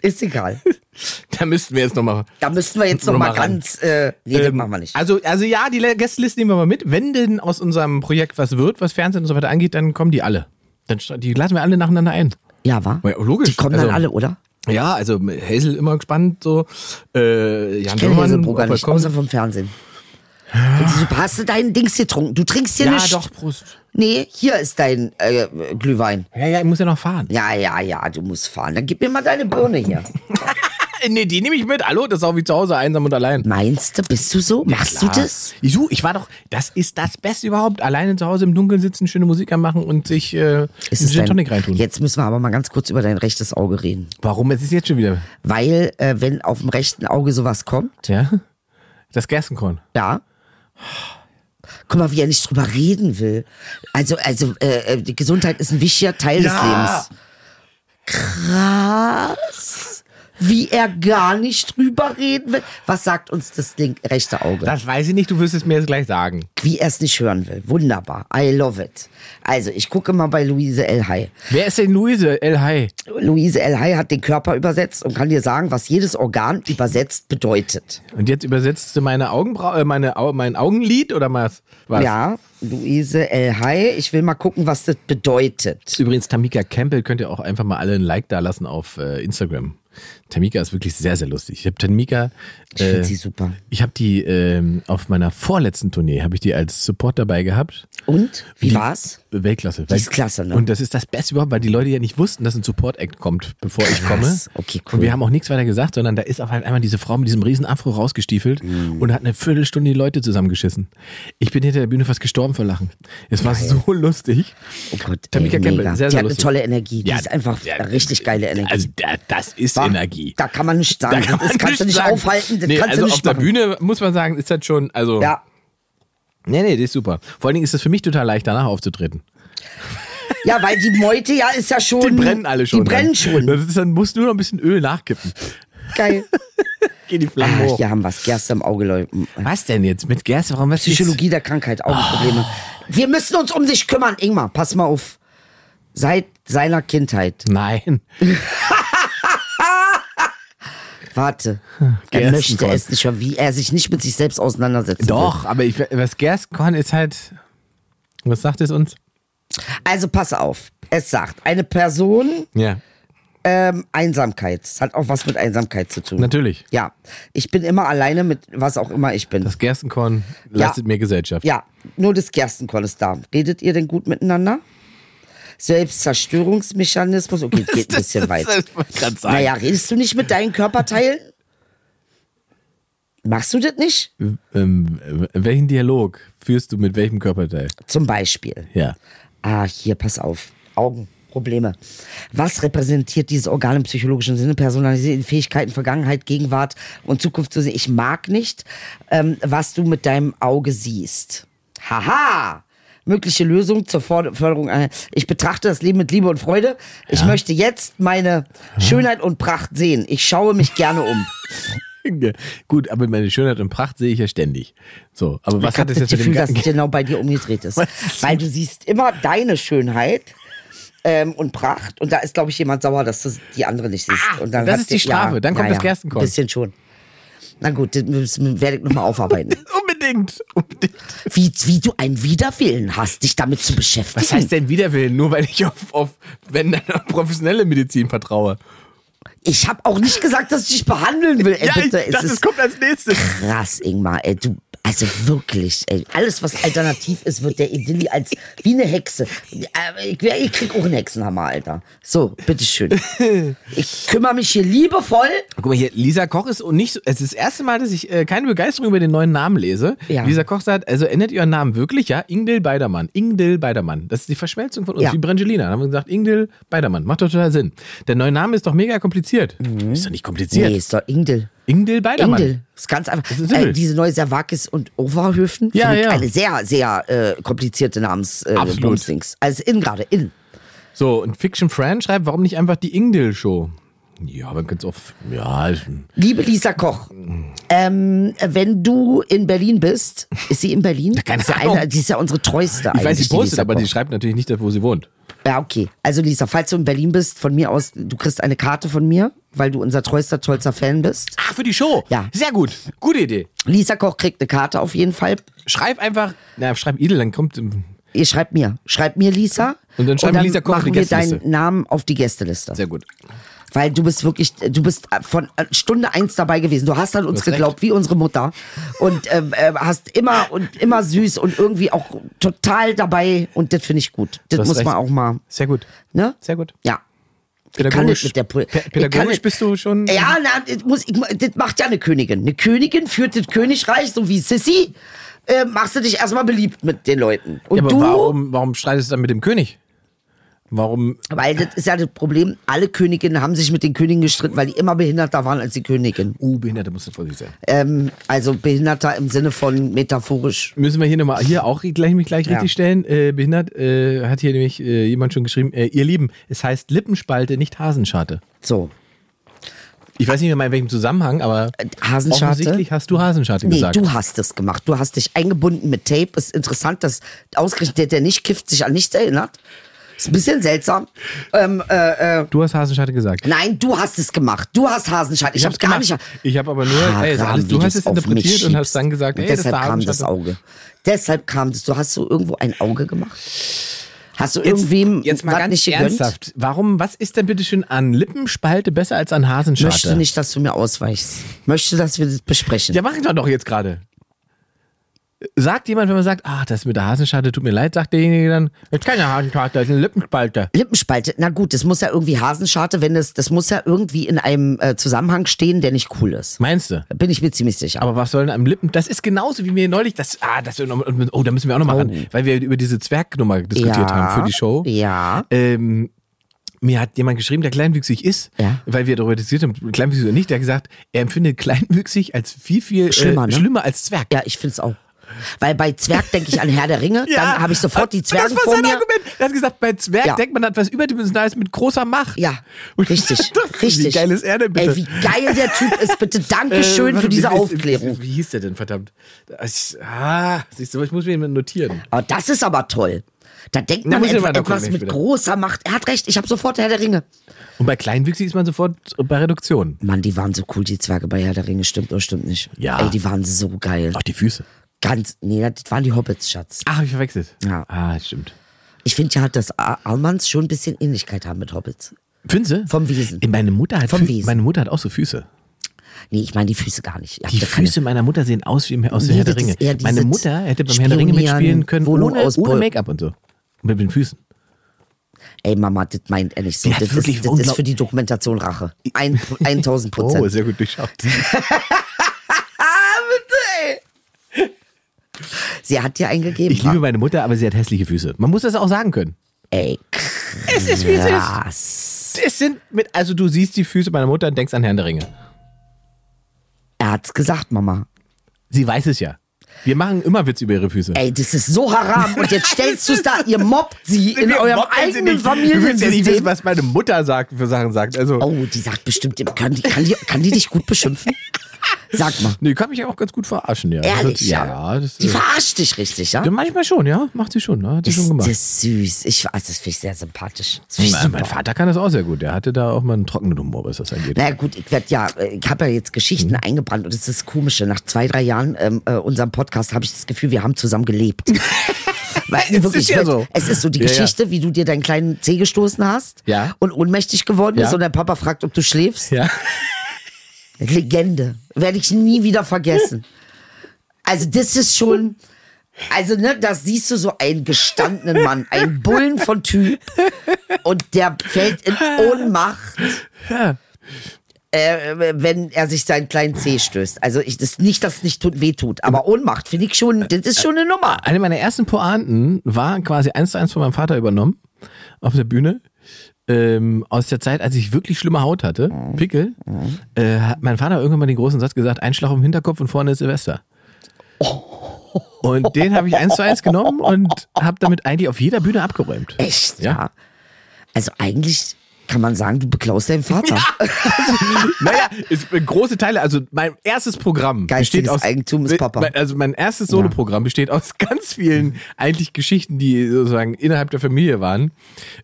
E: ist egal.
B: Da müssten wir jetzt nochmal.
E: Da müssten wir jetzt
B: Nur
E: nochmal
B: mal ran.
E: ganz, äh, nee, das machen wir nicht.
B: Also, also ja, die Le- Gästeliste nehmen wir mal mit. Wenn denn aus unserem Projekt was wird, was Fernsehen und so weiter angeht, dann kommen die alle. Dann sta- die laden wir alle nacheinander ein.
E: Ja, wa?
B: Ja, logisch.
E: Die kommen
B: Also-
E: dann alle, oder?
B: Ja, also Hazel immer gespannt, so. Äh, Jan
E: Ich kenne
B: Böhmermann,
E: Hesselbrugger
B: ob er
E: nicht,
B: kommt.
E: außer vom Fernsehen. Und du, hast du deinen Dings getrunken? Du trinkst hier
B: Ah. Ja,
E: nicht.
B: doch, Prost.
E: Nee, hier ist dein äh, Glühwein.
B: Ja, ja, ich muss ja noch fahren.
E: Ja, ja, ja, du musst fahren. Dann gib mir mal deine Birne hier.
B: Nee, die nehme ich mit. Hallo, das ist auch wie zu Hause, einsam und allein.
E: Meinst du, bist du so? Machst du
B: Klar.
E: das?
B: Ich, such- ich war doch, das ist das Beste überhaupt. Alleine zu Hause im Dunkeln sitzen, schöne Musik anmachen und sich äh, einen Gin
E: dein-
B: Tonic reintun.
E: Jetzt müssen wir aber mal ganz kurz über dein rechtes Auge reden.
B: Warum? Es ist jetzt schon wieder.
E: Weil, äh, wenn auf dem rechten Auge sowas kommt,
B: Ja? Das Gerstenkorn.
E: ja. Guck mal, wie er nicht drüber reden will. Also, also äh, äh, die Gesundheit ist ein wichtiger Teil des Lebens. Krass. Wie er gar nicht drüber reden will. Was sagt uns das link rechte Auge?
B: Das weiß ich nicht, du wirst es mir jetzt gleich sagen.
E: wie er es nicht hören will. Wunderbar. I love it. Also, ich gucke mal bei Luise L. Hay.
B: Wer ist denn Luise E. El Hai?
E: Luise L. Hay hat den Körper übersetzt und kann dir sagen, was jedes Organ übersetzt bedeutet.
B: Und jetzt übersetzt du meine Augenbrau äh, meine, Au mein Augenlid oder was? was?
E: Ja, Luise L. Hay. Ich will mal gucken, was das bedeutet.
B: Übrigens, Tamika Campbell könnt ihr auch einfach mal alle ein Like da lassen auf äh, Instagram. Tamika ist wirklich sehr, sehr lustig. Ich habe Tamika. äh,
E: Ich finde sie super.
B: Ich habe die ähm, auf meiner vorletzten Tournee habe ich die als Support dabei gehabt.
E: Und? Wie
B: Die-
E: war's?
B: Weltklasse.
E: Die ist klasse, ne?
B: Und das ist das Beste überhaupt, weil die Leute ja nicht wussten, dass ein Support-Act kommt, bevor ich komme.
E: Krass. Okay, cool.
B: Und wir haben auch nichts weiter gesagt, sondern da ist auf einmal diese Frau mit diesem riesen Afro rausgestiefelt
E: Mm.
B: und hat eine Viertelstunde die Leute zusammengeschissen. Ich bin hinter der Bühne fast gestorben vor Lachen. Es war so lustig.
E: Oh Gott, ey,
B: Tamika Campbell,
E: mega.
B: sehr,
E: die
B: sehr
E: hat eine
B: lustig.
E: tolle Energie. Die
B: Ja,
E: ist einfach
B: ja,
E: eine richtig geile Energie.
B: Also da, das ist
E: Wa?
B: Energie.
E: Da kann man nicht sagen.
B: Da kann
E: das
B: man
E: kannst du nicht
B: sagen.
E: aufhalten. Das
B: Nee,
E: kannst
B: also
E: du nicht
B: auf der
E: machen.
B: Bühne muss man sagen, ist das schon, also
E: Ja,
B: Nee, nee, die ist super. Vor allen Dingen ist es für mich total leicht, danach aufzutreten.
E: ja, weil die Meute ja ist ja schon.
B: Die brennen alle schon. ne?
E: Die brennen
B: dann.
E: schon.
B: Das ist, dann musst du nur noch ein bisschen Öl nachkippen.
E: Geil.
B: Geh die Flammen
E: Ach,
B: hoch.
E: hier haben wir es. Gerste im Auge, Leute.
B: Was denn jetzt mit Gerste? Warum was
E: Psychologie der Krankheit,
B: Oh.
E: Augenprobleme. Wir müssen uns um dich kümmern, Ingmar. Pass mal auf. Seit seiner Kindheit.
B: Nein.
E: Warte.
B: Hm.
E: Er
B: Gerstenkorn.
E: möchte es nicht hören, wie er sich nicht mit sich selbst auseinandersetzt.
B: Doch, aber ich, was Gerstkorn ist halt. Was sagt es uns?
E: Also pass auf. Es sagt, eine Person
B: Ja.
E: ähm, Einsamkeit. Es hat auch was mit Einsamkeit zu tun.
B: Natürlich.
E: Ja. Ich bin immer alleine mit was auch immer ich bin.
B: Das Gerstenkorn leistet mir Gesellschaft.
E: Ja, nur das Gerstenkorn ist da. Redet ihr denn gut miteinander? Selbstzerstörungsmechanismus, okay, geht ein bisschen weit.
B: Ganz
E: Naja, redest du nicht mit deinen Körperteilen? Machst du das nicht?
B: Ähm, welchen Dialog führst du mit welchem Körperteil?
E: Zum Beispiel.
B: Ja.
E: Ah, hier, pass auf. Augenprobleme. Was repräsentiert dieses Organ im psychologischen Sinne? Personalisierte Fähigkeiten, Vergangenheit, Gegenwart und Zukunft zu sehen. Ich mag nicht, ähm, was du mit deinem Auge siehst. Haha! Mögliche Lösung zur Forder- Förderung. einer- Ich betrachte das Leben mit Liebe und Freude. Ich möchte jetzt meine Schönheit und Pracht sehen. Ich schaue mich gerne um.
B: Gut, aber meine Schönheit und Pracht sehe ich ja ständig. So, aber was
E: ich
B: hat
E: hab
B: das jetzt mit dem
E: Gefühl, dass es
B: Garten?
E: genau bei dir umgedreht ist?
B: Was?
E: Weil du siehst immer deine Schönheit ähm, und Pracht und da ist, glaube ich, jemand sauer, dass du die andere nicht siehst. und dann
B: Ah, das
E: hast
B: ist
E: du-
B: die Strafe. Dann kommt das Gerstenkorn.
E: Ein bisschen schon. Na gut, das müssen- werde ich nochmal aufarbeiten.
B: Unbedingt, unbedingt.
E: wie, wie du einen Widerwillen hast, dich damit zu beschäftigen.
B: Was heißt denn Widerwillen? Nur weil ich auf, auf wenn dann auf professionelle Medizin vertraue.
E: Ich habe auch nicht gesagt, dass ich dich behandeln will. Ey, bitte,
B: ich, das
E: es
B: Äh, ist, kommt als nächstes.
E: krass, Ingmar. Ey, du, also wirklich, ey, alles, was alternativ ist, wird der Idilli als wie eine Hexe. Äh, Ich, wär- ich krieg auch einen Hexenhammer, Alter. So, bitteschön. Ich kümmere mich hier liebevoll.
B: Guck mal hier, Lisa Koch ist und nicht so, es ist das erste Mal, dass ich äh, keine Begeisterung über den neuen Namen lese.
E: Ja.
B: Lisa Koch sagt, also ändert ihren Namen wirklich, ja? Ingdil Beidermann. Ingdil Beidermann. Das ist die Verschmelzung von uns,
E: Ja.
B: wie Brangelina. Da haben wir gesagt, Ingdil Beidermann. Macht doch total Sinn. Der neue Name ist doch mega kompliziert. Ist doch nicht kompliziert.
E: Nee, ist doch Ingdil.
B: Ingdil Beidermann.
E: Mhm. Ingdil. Ist ganz einfach.
B: ist simpel.
E: äh, diese neue Servakis und Overhöfen.
B: Ja,
E: finde ich
B: ja.
E: Eine sehr, sehr äh, komplizierte Namens äh,
B: Absolut.
E: Bumsdings. Also in gerade, in.
B: So, und Fiction Fran schreibt, warum nicht einfach die Ingdil Show? Ja, man könnte es auch, ja, ist-
E: Liebe Lisa Koch, ähm, wenn du in Berlin bist, ist sie in Berlin?
B: keine
E: ist ja
B: Ahnung.
E: Eine, die ist ja unsere treueste
B: ich weiß, sie
E: eigentlich, die
B: postet,
E: Lisa
B: aber
E: Koch.
B: die schreibt natürlich nicht, wo sie wohnt.
E: Ja, okay. Also Lisa, falls du in Berlin bist, von mir aus, du kriegst eine Karte von mir, weil du unser treuster, tollster Fan bist.
B: Ah, für die Show.
E: Ja.
B: Sehr gut. Gute Idee.
E: Lisa Koch kriegt eine Karte auf jeden Fall.
B: Schreib einfach, na, schreib Idel, dann kommt, ähm,
E: Ihr schreibt mir. Schreibt mir Lisa.
B: Und dann schreiben Lisa Koch auf die
E: machen wir deinen
B: Gästeliste.
E: Namen auf die Gästeliste.
B: sehr gut.
E: Weil du bist wirklich, du bist von äh, Stunde eins dabei gewesen. Du hast an uns
B: hast recht.
E: geglaubt, wie unsere Mutter. Und ähm, äh, hast immer und immer süß und irgendwie auch total dabei. Und das finde ich gut.
B: Du
E: Das
B: hast
E: muss
B: recht.
E: man auch mal,
B: Sehr gut.
E: ne?
B: Sehr gut.
E: Ja.
B: Pädagogisch,
E: Ich kann nicht mit
B: Pä-
E: der Pol ich kann
B: pädagogisch
E: nicht-
B: bist du schon.
E: Ja, na, das, muss, ich, das macht ja eine Königin. Eine Königin führt das Königreich, so wie Sissy. Äh, machst du dich erstmal beliebt mit den Leuten. Und
B: Ja, aber
E: du,
B: warum, warum streitest du dann mit dem König? Warum?
E: weil das ist ja das Problem, alle Königinnen haben sich mit den Königen gestritten, weil die immer behinderter waren als die Königin.
B: Uh, Behinderte musst du vorsichtig sein.
E: Ähm, also behinderter im Sinne von metaphorisch.
B: Müssen wir hier nochmal, hier auch gleich, mich gleich richtig stellen. Äh, behindert äh, hat hier nämlich äh, jemand schon geschrieben, äh, ihr Lieben, es heißt Lippenspalte, nicht Hasenscharte.
E: So.
B: Ich weiß nicht mehr in welchem Zusammenhang, aber
E: Hasenscharte?
B: offensichtlich hast du Hasenscharte
E: Äh, Nee,
B: gesagt.
E: du hast es gemacht. Du hast dich eingebunden mit Tape. Ist interessant, dass ausgerechnet der, der nicht kifft, sich an nichts erinnert. Ist ein bisschen seltsam. Ähm, äh, äh,
B: Du hast Hasenscharte gesagt.
E: Nein, du hast es gemacht. Du hast Hasenschad. Ich,
B: Ich
E: hab's
B: hab's
E: gar
B: gemacht.
E: nicht.
B: Ich hab aber nur- ey, ist alles- du
E: wie
B: hast
E: du's
B: es
E: auf mich
B: interpretiert und hast
E: schiebst.
B: dann gesagt, ey, das ist
E: deshalb
B: der
E: kam das
B: Hasenschad.
E: Auge. Deshalb kam das. Du hast so irgendwo ein Auge gemacht. Hast du irgendwem
B: jetzt mal
E: was
B: ganz
E: nicht gegönnt?
B: ernsthaft. Warum, was ist denn bitte schön an Lippenspalte besser als an Hasenscharte?
E: Möchte nicht, dass du mir ausweichst. Möchte, dass wir das besprechen.
B: Ja, machen wir doch jetzt gerade. Sagt jemand, wenn man sagt, ach, das mit der Hasenscharte tut mir leid, sagt derjenige dann, jetzt keine Hasenscharte, das ist eine Lippenspalte.
E: Lippenspalte, na gut, das muss ja irgendwie Hasenscharte, wenn das, das muss ja irgendwie in einem äh, Zusammenhang stehen, der nicht cool ist.
B: Meinst du?
E: Bin ich mir ziemlich sicher.
B: Aber was soll denn am Lippen? Das ist genauso wie mir neulich, das, ah, das, oh, da müssen wir auch nochmal ran, weil wir über diese Zwergnummer diskutiert
E: ja,
B: haben für die Show.
E: Ja.
B: Ähm, mir hat jemand geschrieben, der kleinwüchsig ist,
E: Ja.
B: weil wir darüber diskutiert haben, kleinwüchsig oder nicht, der hat gesagt, er empfindet kleinwüchsig als viel, viel
E: Schlimmer,
B: äh,
E: ne?
B: schlimmer als Zwerg.
E: Ja, ich find's auch. Weil bei Zwerg denke ich an Herr der Ringe, dann habe ich sofort die Zwerge
B: Das war
E: vor
B: sein
E: mir.
B: Argument. Er hat gesagt, bei Zwerg
E: Ja.
B: denkt man an etwas Überdimensionales mit großer Macht.
E: Ja,
B: Und
E: richtig,
B: ich dachte,
E: richtig.
B: Wie geil ist er denn bitte?
E: Ey, wie geil der Typ ist, bitte. Dankeschön
B: Äh,
E: für diese
B: wie- wie-
E: Aufklärung.
B: Wie, wie hieß der denn, verdammt? Das ist- Ah, siehst du, ich muss mir jemanden notieren.
E: Aber das ist aber toll. Da denkt
B: Na,
E: man
B: muss ich
E: etwa,
B: mal da gucken,
E: etwas
B: ich
E: mit
B: wieder.
E: großer Macht. Er hat recht, ich habe sofort Herr der Ringe.
B: Und bei kleinwüchsig ist man sofort bei Reduktion.
E: Mann, die waren so cool, die Zwerge bei Herr der Ringe. Stimmt oder stimmt nicht?
B: Ja.
E: Ey, die waren so geil.
B: Auch die Füße.
E: Ganz, nee, das waren die Hobbits, Schatz.
B: Ach, hab ich verwechselt.
E: Ja.
B: Ah, stimmt.
E: Ich finde ja, dass Al- Almans schon ein bisschen Ähnlichkeit haben mit Hobbits.
B: Füße?
E: Vom Wiesen.
B: Meine Mutter hat,
E: Vom
B: Fü-
E: Wiesen.
B: meine Mutter hat auch so Füße.
E: Nee, ich meine die Füße gar nicht. Ich hab
B: Die
E: da keine-
B: Füße meiner Mutter sehen aus wie aus
E: Nee,
B: dem Herr der
E: das
B: Ringe.
E: ist eher dieses
B: Meine Mutter hätte beim Herr der Ringe
E: Spionieren,
B: mitspielen können,
E: Wohnung
B: ohne, ohne
E: ausbeuten.
B: Make-up und so. Mit den Füßen.
E: Ey, Mama, das meint er nicht so.
B: Die hat
E: Das
B: wirklich Oh,
E: ist, das ist
B: unglaub-
E: für die Dokumentation Rache. Ein, 1000 Prozent.
B: sehr gut durchschaut.
E: Sie hat dir eingegeben.
B: Ich liebe meine Mutter, aber sie hat hässliche Füße. Man muss das auch sagen können.
E: Ey,
B: Es ist wie es
E: krass.
B: Es sind mit, also du siehst die Füße meiner Mutter und denkst an Herrn der Ringe.
E: Er hat's gesagt, Mama.
B: Sie weiß es ja. Wir machen immer Witz über ihre Füße.
E: Ey, das ist so haram. Und jetzt stellst du es da, ihr mobbt sie in
B: Wir
E: eurem
B: mobben sie
E: eigenen
B: nicht. Du willst ja nicht wissen,
E: Familiensystem.
B: was meine Mutter sagt, für Sachen sagt. Also,
E: Oh, die sagt bestimmt, kann die, kann, die, kann die dich gut beschimpfen? Sag mal.
B: nee, kann mich auch ganz gut verarschen, ja.
E: Ehrlich,
B: das, ja. Das,
E: die
B: äh,
E: verarscht dich richtig, ja?
B: ja, manchmal schon, ja. Macht sie schon, ne? Hat sie
E: Ist
B: schon gemacht.
E: das süß. Ich, also das finde ich sehr sympathisch. Das find ich
B: Mein- Mein
E: super.
B: Vater kann das auch sehr gut. Der hatte da auch mal einen trockenen Humor, was das angeht.
E: Na gut, ich werd ja, äh, ich habe ja jetzt Geschichten
B: Hm.
E: eingebrannt und das ist das Komische. Nach zwei, drei Jahren ähm, äh, unserem Podcast habe ich das Gefühl, wir haben zusammen gelebt. Weil,
B: Es ist ja
E: weil-
B: so.
E: Es ist so die
B: Ja, ja.
E: Geschichte, wie du dir deinen kleinen Zeh gestoßen hast
B: Ja.
E: und ohnmächtig geworden bist
B: Ja.
E: und dein Papa fragt, ob du schläfst.
B: Ja.
E: Legende. Werde ich nie wieder vergessen. Also, das ist schon. Also, ne, da siehst du so einen gestandenen Mann, einen Bullen von Typ. Und der fällt in Ohnmacht, äh, wenn er sich seinen kleinen Zeh stößt. Also, ich, das nicht, dass es nicht tut, wehtut, aber Ohnmacht finde ich schon, das ist schon eine Nummer.
B: Eine meiner ersten Pointen war quasi eins zu eins von meinem Vater übernommen auf der Bühne. Ähm, aus der Zeit, als ich wirklich schlimme Haut hatte, Pickel, äh, hat mein Vater irgendwann mal den großen Satz gesagt: Ein Schlag auf den Hinterkopf und vorne ist Silvester.
E: Oh.
B: Und den habe ich eins zu eins genommen und habe damit eigentlich auf jeder Bühne abgeräumt.
E: Echt, ja.
B: Ja.
E: Also, eigentlich kann man sagen, du beklaust deinen Vater.
B: Naja, ist, äh, große Teile, also mein erstes Programm
E: Geistiges
B: besteht aus
E: Eigentum ist Papa.
B: Mein- Also mein erstes Soloprogramm besteht aus ganz vielen eigentlich Geschichten, die sozusagen innerhalb der Familie waren,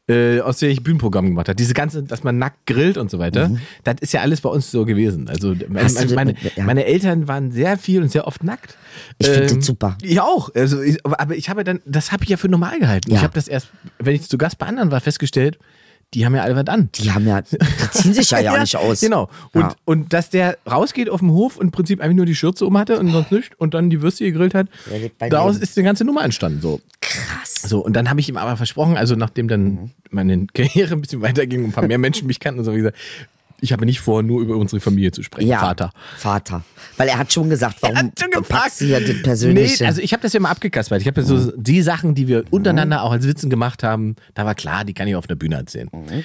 B: äh, aus der ich Bühnenprogramm gemacht habe. Diese ganze, dass man nackt grillt und so weiter, das ist ja alles bei uns so gewesen. Also meine,
E: Mhm. Hast du das
B: meine,
E: mit- ja.
B: meine Eltern waren sehr viel und sehr oft nackt. Ähm,
E: Ich find das super.
B: Ich auch. Also ich, aber aber ich habe dann, das habe ich ja für normal gehalten.
E: Ja.
B: Ich habe das erst, wenn ich zu Gast bei anderen war, festgestellt, die haben ja alle was an.
E: Die haben ja, die ziehen sich ja, ja nicht aus.
B: Genau. Und,
E: Ja.
B: und dass der rausgeht auf dem Hof und im Prinzip einfach nur die Schürze um hatte und sonst nichts und dann die Würste gegrillt hat,
E: Ja, lebt bei
B: daraus
E: denen.
B: ist die ganze Nummer entstanden. So. Krass. So, und dann habe ich ihm aber versprochen, also nachdem dann
E: Mhm.
B: meine Karriere ein bisschen weiterging und ein paar mehr Menschen mich kannten, so habe ich gesagt, ich habe nicht vor, nur über unsere Familie zu sprechen,
E: Ja,
B: Vater.
E: Vater. Weil er hat schon gesagt, warum
B: hat schon gefragt.
E: packst du hier das Persönliche?
B: Nee, also ich habe das ja mal abgekaspert. Ich habe ja
E: Mhm.
B: so die Sachen, die wir untereinander auch als Witzen gemacht haben, da war klar, die kann ich auf einer Bühne erzählen.
E: Mhm.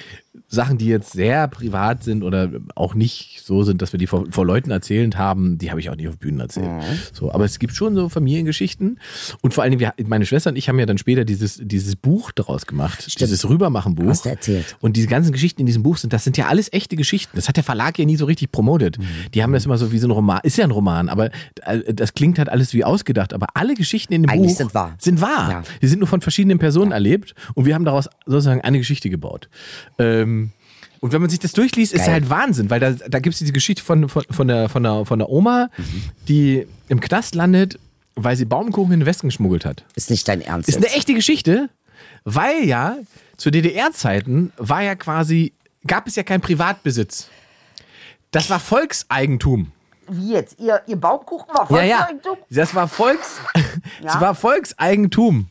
B: Sachen, die jetzt sehr privat sind oder auch nicht so sind, dass wir die vor, vor Leuten erzählend haben, die habe ich auch nicht auf Bühnen erzählt.
E: Mhm.
B: So, aber es gibt schon so Familiengeschichten und vor allen Dingen, wir, meine Schwester und ich haben ja dann später dieses, dieses Buch daraus gemacht, dieses Rübermachen-Buch.
E: Hast du erzählt.
B: Und diese ganzen Geschichten in diesem Buch sind, das sind ja alles echte Geschichten. Das hat der Verlag ja nie so richtig promotet.
E: Mhm.
B: Die haben das immer so wie so ein Roman, ist ja ein Roman, aber äh, das klingt halt alles wie ausgedacht. Aber alle Geschichten in dem
E: Eigentlich
B: Buch
E: sind wahr.
B: Sind wahr.
E: Ja.
B: Die sind nur von verschiedenen Personen erlebt und wir haben daraus sozusagen eine Geschichte gebaut. Ähm, und wenn man sich das durchliest, ist
E: Geil.
B: halt Wahnsinn, weil da, da gibt es diese Geschichte von, von, von, der, von, der, von der Oma,
E: Mhm.
B: die im Knast landet, weil sie Baumkuchen in den Westen geschmuggelt hat.
E: ist nicht dein Ernst.
B: Ist
E: jetzt.
B: eine echte Geschichte, weil ja zu DDR-Zeiten war ja quasi, gab es ja keinen Privatbesitz. Das war Volkseigentum.
E: Wie jetzt? Ihr, ihr Baumkuchen war
B: Das war Volks, das war Volkseigentum.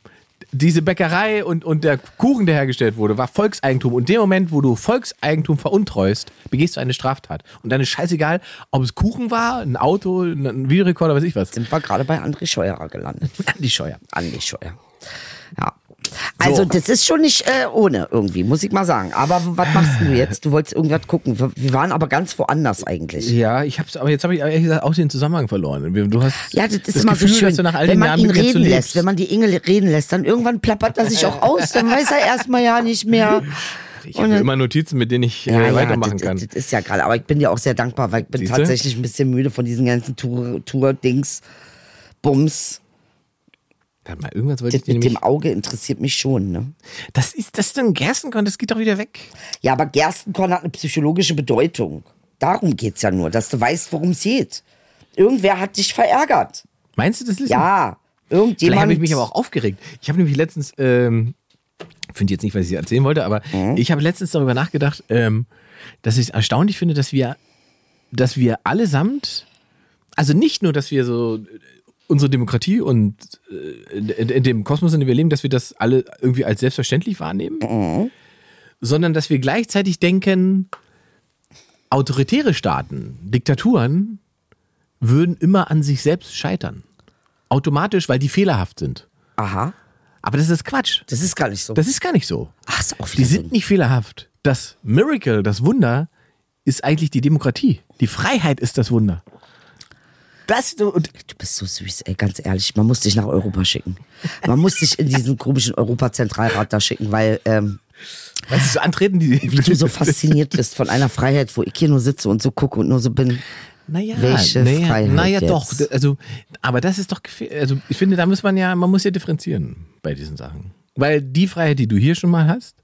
B: Diese Bäckerei und, und der Kuchen, der hergestellt wurde, war Volkseigentum. Und in dem Moment, wo du Volkseigentum veruntreust, begehst du eine Straftat. Und dann ist scheißegal, ob es Kuchen war, ein Auto, ein Videorekorder, weiß ich was.
E: Sind wir gerade bei André Scheuer gelandet.
B: Die Scheuer.
E: André Scheuer. Ja. Also das ist schon nicht äh, ohne irgendwie, muss ich mal sagen. Aber was machst du jetzt? Du wolltest irgendwas gucken. Wir- Wir waren aber ganz woanders eigentlich.
B: Ja, ich hab's, aber jetzt habe ich ehrlich gesagt auch den Zusammenhang verloren. Du hast
E: Ja, das ist immer
B: Gefühl,
E: so schön.
B: dass du nach all
E: wenn
B: den
E: man
B: Jahren
E: ihn
B: mit mir
E: reden
B: zu
E: lässt, wenn man die Engel reden lässt, dann irgendwann plappert er sich auch aus. Dann weiß er erstmal ja nicht mehr.
B: ich habe immer Notizen, mit denen ich äh, weitermachen
E: das,
B: kann.
E: Das ist ja gerade, aber ich bin ja auch sehr dankbar, weil ich bin
B: Siehste?
E: tatsächlich ein bisschen müde von diesen ganzen Tour- Tour-Dings. Bums.
B: Warte mal, irgendwas wollte
E: Das
B: ich dir
E: mit dem
B: nämlich.
E: Auge interessiert mich schon, ne?
B: Das ist das ist ein Gerstenkorn, das geht doch wieder weg.
E: Ja, aber Gerstenkorn hat eine psychologische Bedeutung. Darum geht's ja nur, dass du weißt, worum es geht. Irgendwer hat dich verärgert.
B: Meinst du das ist
E: Ja, irgendjemand.
B: Vielleicht habe ich mich aber auch aufgeregt. Ich habe nämlich letztens ähm, finde jetzt nicht, was ich erzählen wollte, aber ich habe letztens darüber nachgedacht, ähm, dass ich es erstaunlich finde, dass wir, dass wir allesamt, also nicht nur, dass wir so äh, unsere Demokratie und äh, in, in dem Kosmos, in dem wir leben, dass wir das alle irgendwie als selbstverständlich wahrnehmen, sondern dass wir gleichzeitig denken, autoritäre Staaten, Diktaturen würden immer an sich selbst scheitern. Automatisch, weil die fehlerhaft sind.
E: Aha.
B: Aber das ist Quatsch.
E: Das ist gar nicht so.
B: Das ist gar nicht so.
E: Ach, ist auch wieder
B: Die
E: so
B: sind nicht fehlerhaft. Das Miracle, das Wunder, ist eigentlich die Demokratie. Die Freiheit ist das Wunder.
E: Das, du, und du bist so süß, ey, ganz ehrlich. Man muss dich nach Europa schicken. Man muss dich in diesen komischen Europazentralrat da schicken, weil ähm,
B: Weißt du, so antreten die.
E: wie du so fasziniert bist von einer Freiheit, wo ich hier nur sitze und so gucke und nur so bin.
B: Naja,
E: Welche
B: naja,
E: Freiheit
B: naja
E: jetzt?
B: doch. D- Also, aber das ist doch gefährlich. Also, ich finde, da muss man ja, man muss ja differenzieren bei diesen Sachen. Weil die Freiheit, die du hier schon mal hast,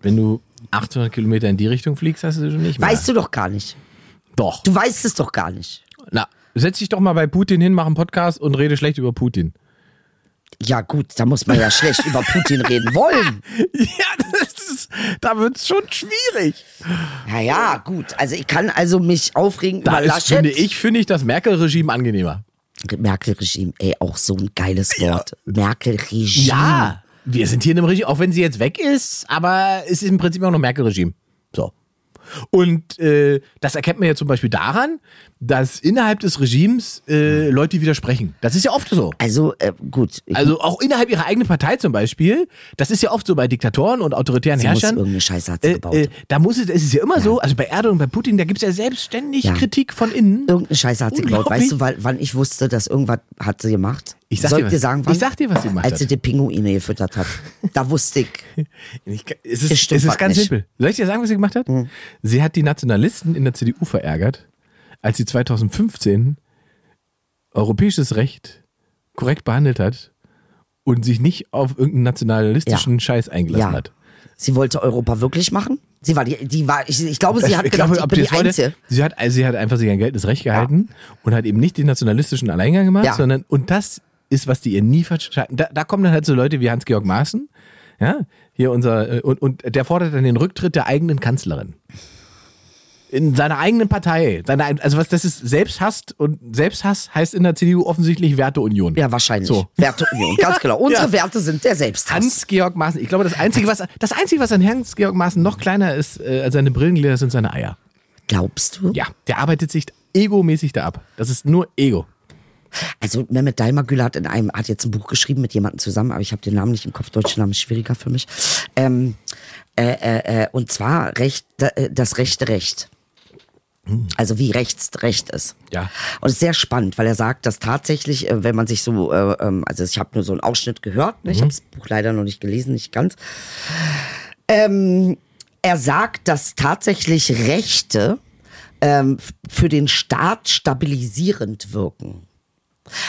B: wenn du 800 Kilometer in die Richtung fliegst, hast du schon nicht mehr.
E: Weißt du doch gar nicht.
B: Doch.
E: Du weißt es doch gar nicht.
B: Na, setz dich doch mal bei Putin hin, mach einen Podcast und rede schlecht über Putin.
E: Ja gut, da muss man ja schlecht über Putin reden wollen.
B: Ja, das ist, da wird es schon schwierig.
E: Naja, gut. Also ich kann also mich aufregen
B: Da
E: über
B: ist,
E: Laschet.
B: finde ich, finde ich das Merkel-Regime angenehmer.
E: Merkel-Regime, ey, auch so ein geiles Wort. Merkel-Regime.
B: Wir sind hier in einem Regime, auch wenn sie jetzt weg ist, aber es ist im Prinzip auch noch Merkel-Regime. So. Und äh, das erkennt man ja zum Beispiel daran, dass innerhalb des Regimes äh, Leute widersprechen. Das ist ja oft so.
E: Also äh, gut, ich
B: Also auch innerhalb ihrer eigenen Partei zum Beispiel. Das ist ja oft so bei Diktatoren und autoritären
E: Sie muss
B: Herrschern.
E: irgendeine Scheiße hat sie
B: äh,
E: gebaut.
B: äh, da muss es, es ist ja immer so, also bei Erdogan, bei Putin, da gibt es ja selbstständig
E: Ja.
B: Kritik von innen.
E: Irgendeine Scheiße hat sie gebaut.
B: Unglaublich.
E: Weißt du, weil, wann ich wusste, dass irgendwas hat sie gemacht?
B: Ich sag
E: Soll
B: dir was-
E: dir sagen, wann?
B: ich sag dir, was sie gemacht
E: Als
B: hat.
E: sie die Pinguine gefüttert hat. Da wusste ich.
B: Ich, kann- es
E: Das
B: ist,
E: stimmt
B: es ist
E: halt
B: ganz
E: nicht. Hm.
B: simpel. Soll ich dir sagen, was sie gemacht hat? Sie hat die Nationalisten in der CDU verärgert, als sie 2015 europäisches Recht korrekt behandelt hat und sich nicht auf irgendeinen nationalistischen
E: Ja.
B: Scheiß eingelassen
E: Ja.
B: hat.
E: Sie wollte Europa wirklich machen? Sie war die, die war, ich, ich glaube, sie
B: Das-
E: hat
B: ich
E: gedacht,
B: glaube,
E: ich
B: ob
E: bin
B: die
E: die
B: es wollte,
E: Einzige.
B: Sie hat, also sie hat einfach sich ein geltendes Recht gehalten und hat eben nicht den nationalistischen Alleingang gemacht,
E: Ja.
B: sondern, und das ist, was die ihr nie verstanden. Da, da kommen dann halt so Leute wie Hans-Georg Maaßen, ja, hier unser, äh, und, und der fordert dann den Rücktritt der eigenen Kanzlerin. In seiner eigenen Partei. Seine, ein- also was das ist, Selbsthass und Selbsthass heißt in der CDU offensichtlich Werteunion.
E: Ja, wahrscheinlich.
B: So.
E: Werteunion, ganz genau. Unsere
B: Ja.
E: Werte sind der Selbsthass.
B: Hans-Georg Maaßen, ich glaube, das Einzige, was, das Einzige, was an Hans-Georg Maaßen noch kleiner ist äh, als seine Brillengläser, sind seine Eier.
E: Glaubst du?
B: Ja, der arbeitet sich egomäßig da ab. Das ist nur Ego.
E: Also Mehmet Daimagül hat in einem hat jetzt ein Buch geschrieben mit jemandem zusammen, aber ich habe den Namen nicht im Kopf. Deutsche Namen ist schwieriger für mich. Ähm, äh, äh, äh, und zwar recht, äh, das rechte Recht. Also wie rechts recht ist.
B: Hm. Ja.
E: Und es ist sehr spannend, weil er sagt, dass tatsächlich, äh, wenn man sich so, äh, ähm, also ich habe nur so einen Ausschnitt gehört, ne?
B: Mhm.
E: ich habe das Buch leider noch nicht gelesen, nicht ganz. Ähm, er sagt, dass tatsächlich Rechte ähm, f- für den Staat stabilisierend wirken.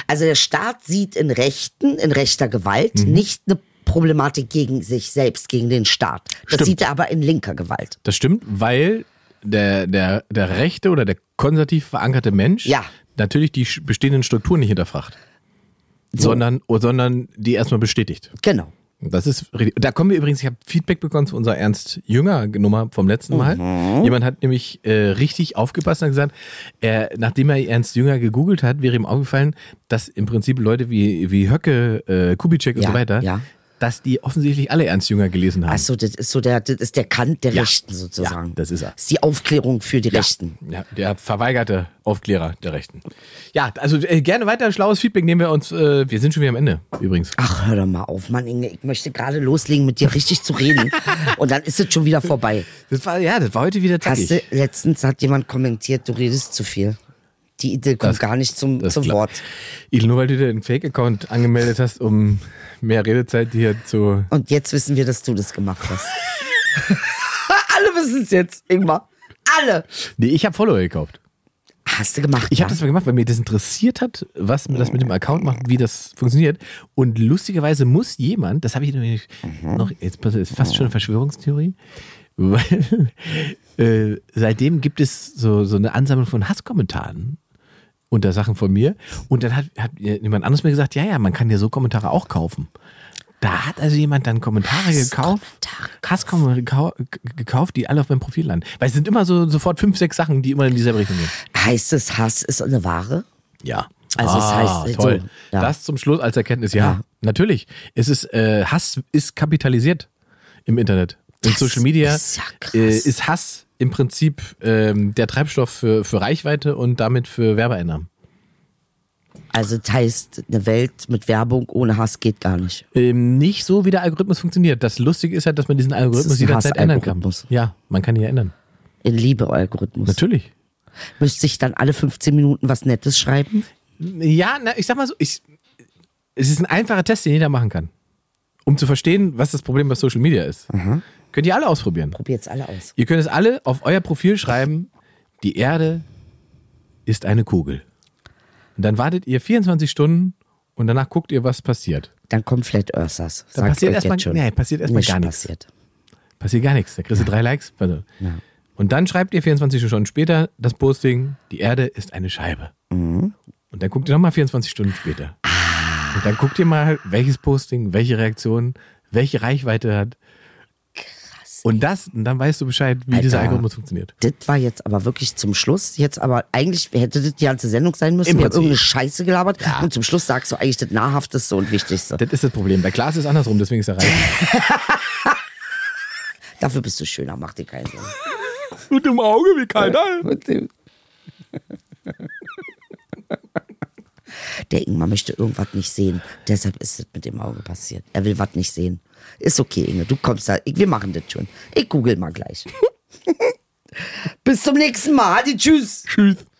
E: Also der Staat sieht in Rechten, in rechter Gewalt
B: Mhm.
E: nicht eine Problematik gegen sich selbst, gegen den Staat. Das
B: Stimmt.
E: sieht er aber in linker Gewalt.
B: Das stimmt, weil der, der, der rechte oder der konservativ verankerte Mensch
E: Ja.
B: natürlich die sch- bestehenden Strukturen nicht hinterfragt, sondern, oh, sondern die erstmal bestätigt.
E: Genau.
B: Das ist richtig. Da kommen wir übrigens, ich habe Feedback bekommen zu unserer Ernst Jünger-Nummer vom letzten Mal. Jemand hat nämlich äh, richtig aufgepasst und hat gesagt, er, nachdem er Ernst Jünger gegoogelt hat, wäre ihm aufgefallen, dass im Prinzip Leute wie, wie Höcke, äh, Kubitschek und
E: Ja,
B: so weiter,
E: ja.
B: dass die offensichtlich alle Ernst Jünger gelesen haben.
E: Achso, das ist so der, das ist der Kant der
B: Ja.
E: Rechten sozusagen.
B: Ja, das ist er.
E: Das ist die Aufklärung für die Rechten.
B: Ja, der verweigerte Aufklärer der Rechten. Ja, also äh, gerne weiter schlaues Feedback nehmen wir uns. Äh, wir sind schon wieder am Ende übrigens.
E: Ach, hör doch mal auf, Mann, Inge. Ich möchte gerade loslegen, mit dir richtig zu reden. Und dann ist es schon wieder vorbei.
B: Das war, ja, das war heute wieder
E: Hast du, letztens hat jemand kommentiert, du redest zu viel. Die Idee kommt
B: Das-
E: gar nicht zum,
B: Das
E: zum
B: ist klar.
E: Wort.
B: Idel, nur weil du dir einen Fake-Account angemeldet hast, um mehr Redezeit hier zu.
E: Und jetzt wissen wir, dass du das gemacht hast. Alle wissen es jetzt, Ingmar. Alle.
B: Nee, ich habe Follower gekauft.
E: Hast du gemacht?
B: Ich
E: ja?
B: habe das mal gemacht, weil mir das interessiert hat, was mir das mit dem Account macht, wie das funktioniert. Und lustigerweise muss jemand, das habe ich nämlich
E: Mhm.
B: noch, jetzt pass- ist fast schon eine Verschwörungstheorie, weil äh, seitdem gibt es so, so eine Ansammlung von Hasskommentaren unter Sachen von mir. Und dann hat, hat mir jemand anderes mir gesagt, ja, ja, man kann ja so Kommentare auch kaufen. Da hat also jemand dann Kommentare gekauft, Hasskommentare gekau- gekauft, die alle auf meinem Profil landen. Weil es sind immer so sofort fünf, sechs Sachen, die immer in dieselbe Richtung gehen.
E: Heißt es, Hass ist eine Ware?
B: Ja. Ah,
E: Also es heißt-
B: toll.
E: so, ja.
B: Das zum Schluss als Erkenntnis, ja. Natürlich. Es ist, äh, Hass ist kapitalisiert im Internet. In
E: Das
B: Social Media
E: ist ja krass.
B: äh, ist Hass im Prinzip ähm, der Treibstoff für, für Reichweite und damit für Werbeeinnahmen.
E: Also das heißt, eine Welt mit Werbung ohne Hass geht gar nicht.
B: Ähm, nicht so, wie der Algorithmus funktioniert. Das Lustige ist ja, dass man diesen Algorithmus
E: ein
B: jederzeit ändern kann.
E: Hassalgorithmus.
B: Ja, man kann ihn ja ändern.
E: In Liebe, Algorithmus.
B: Natürlich.
E: Müsste ich dann alle 15 Minuten was Nettes schreiben?
B: Ja, na, ich sag mal so, ich, es ist ein einfacher Test, den jeder machen kann. Um zu verstehen, was das Problem bei Social Media ist.
E: Mhm.
B: Könnt ihr alle ausprobieren.
E: Probiert's alle aus.
B: Ihr könnt es alle auf euer Profil schreiben, die Erde ist eine Kugel. Und dann wartet ihr 24 Stunden und danach guckt ihr, was passiert.
E: Dann kommt Flat Earthers.
B: Dann passiert erstmal- nee, passiert erstmal gar nichts.
E: Passiert.
B: Passiert gar nichts. Da kriegst du drei Likes. Also. Und dann schreibt ihr 24 Stunden später das Posting, die Erde ist eine Scheibe. Mhm. Und dann guckt ihr nochmal 24 Stunden später. Und dann guckt ihr mal, welches Posting, welche Reaktion, welche Reichweite hat. Krass. Und das, und dann weißt du Bescheid, wie dieser
E: Alter.
B: Algorithmus funktioniert.
E: Das war jetzt aber wirklich zum Schluss. Jetzt aber eigentlich hätte das die ganze Sendung sein müssen.
B: Im
E: Wir haben
B: Prinzip.
E: irgendeine Scheiße gelabert. Und zum Schluss sagst du eigentlich das Nahrhafteste und Wichtigste.
B: Das ist das Problem. Bei Klaas ist es andersrum, deswegen ist er reich.
E: Dafür bist du schöner, mach dir keine Sorgen.
B: Mit dem Auge wie keiner.
E: Der Ingmar möchte irgendwas nicht sehen. Deshalb ist das mit dem Auge passiert. Er will was nicht sehen. Ist okay, Inge. Du kommst da. Ich, wir machen das schon. Ich google mal gleich. Bis zum nächsten Mal. Hadi, tschüss.
B: Tschüss.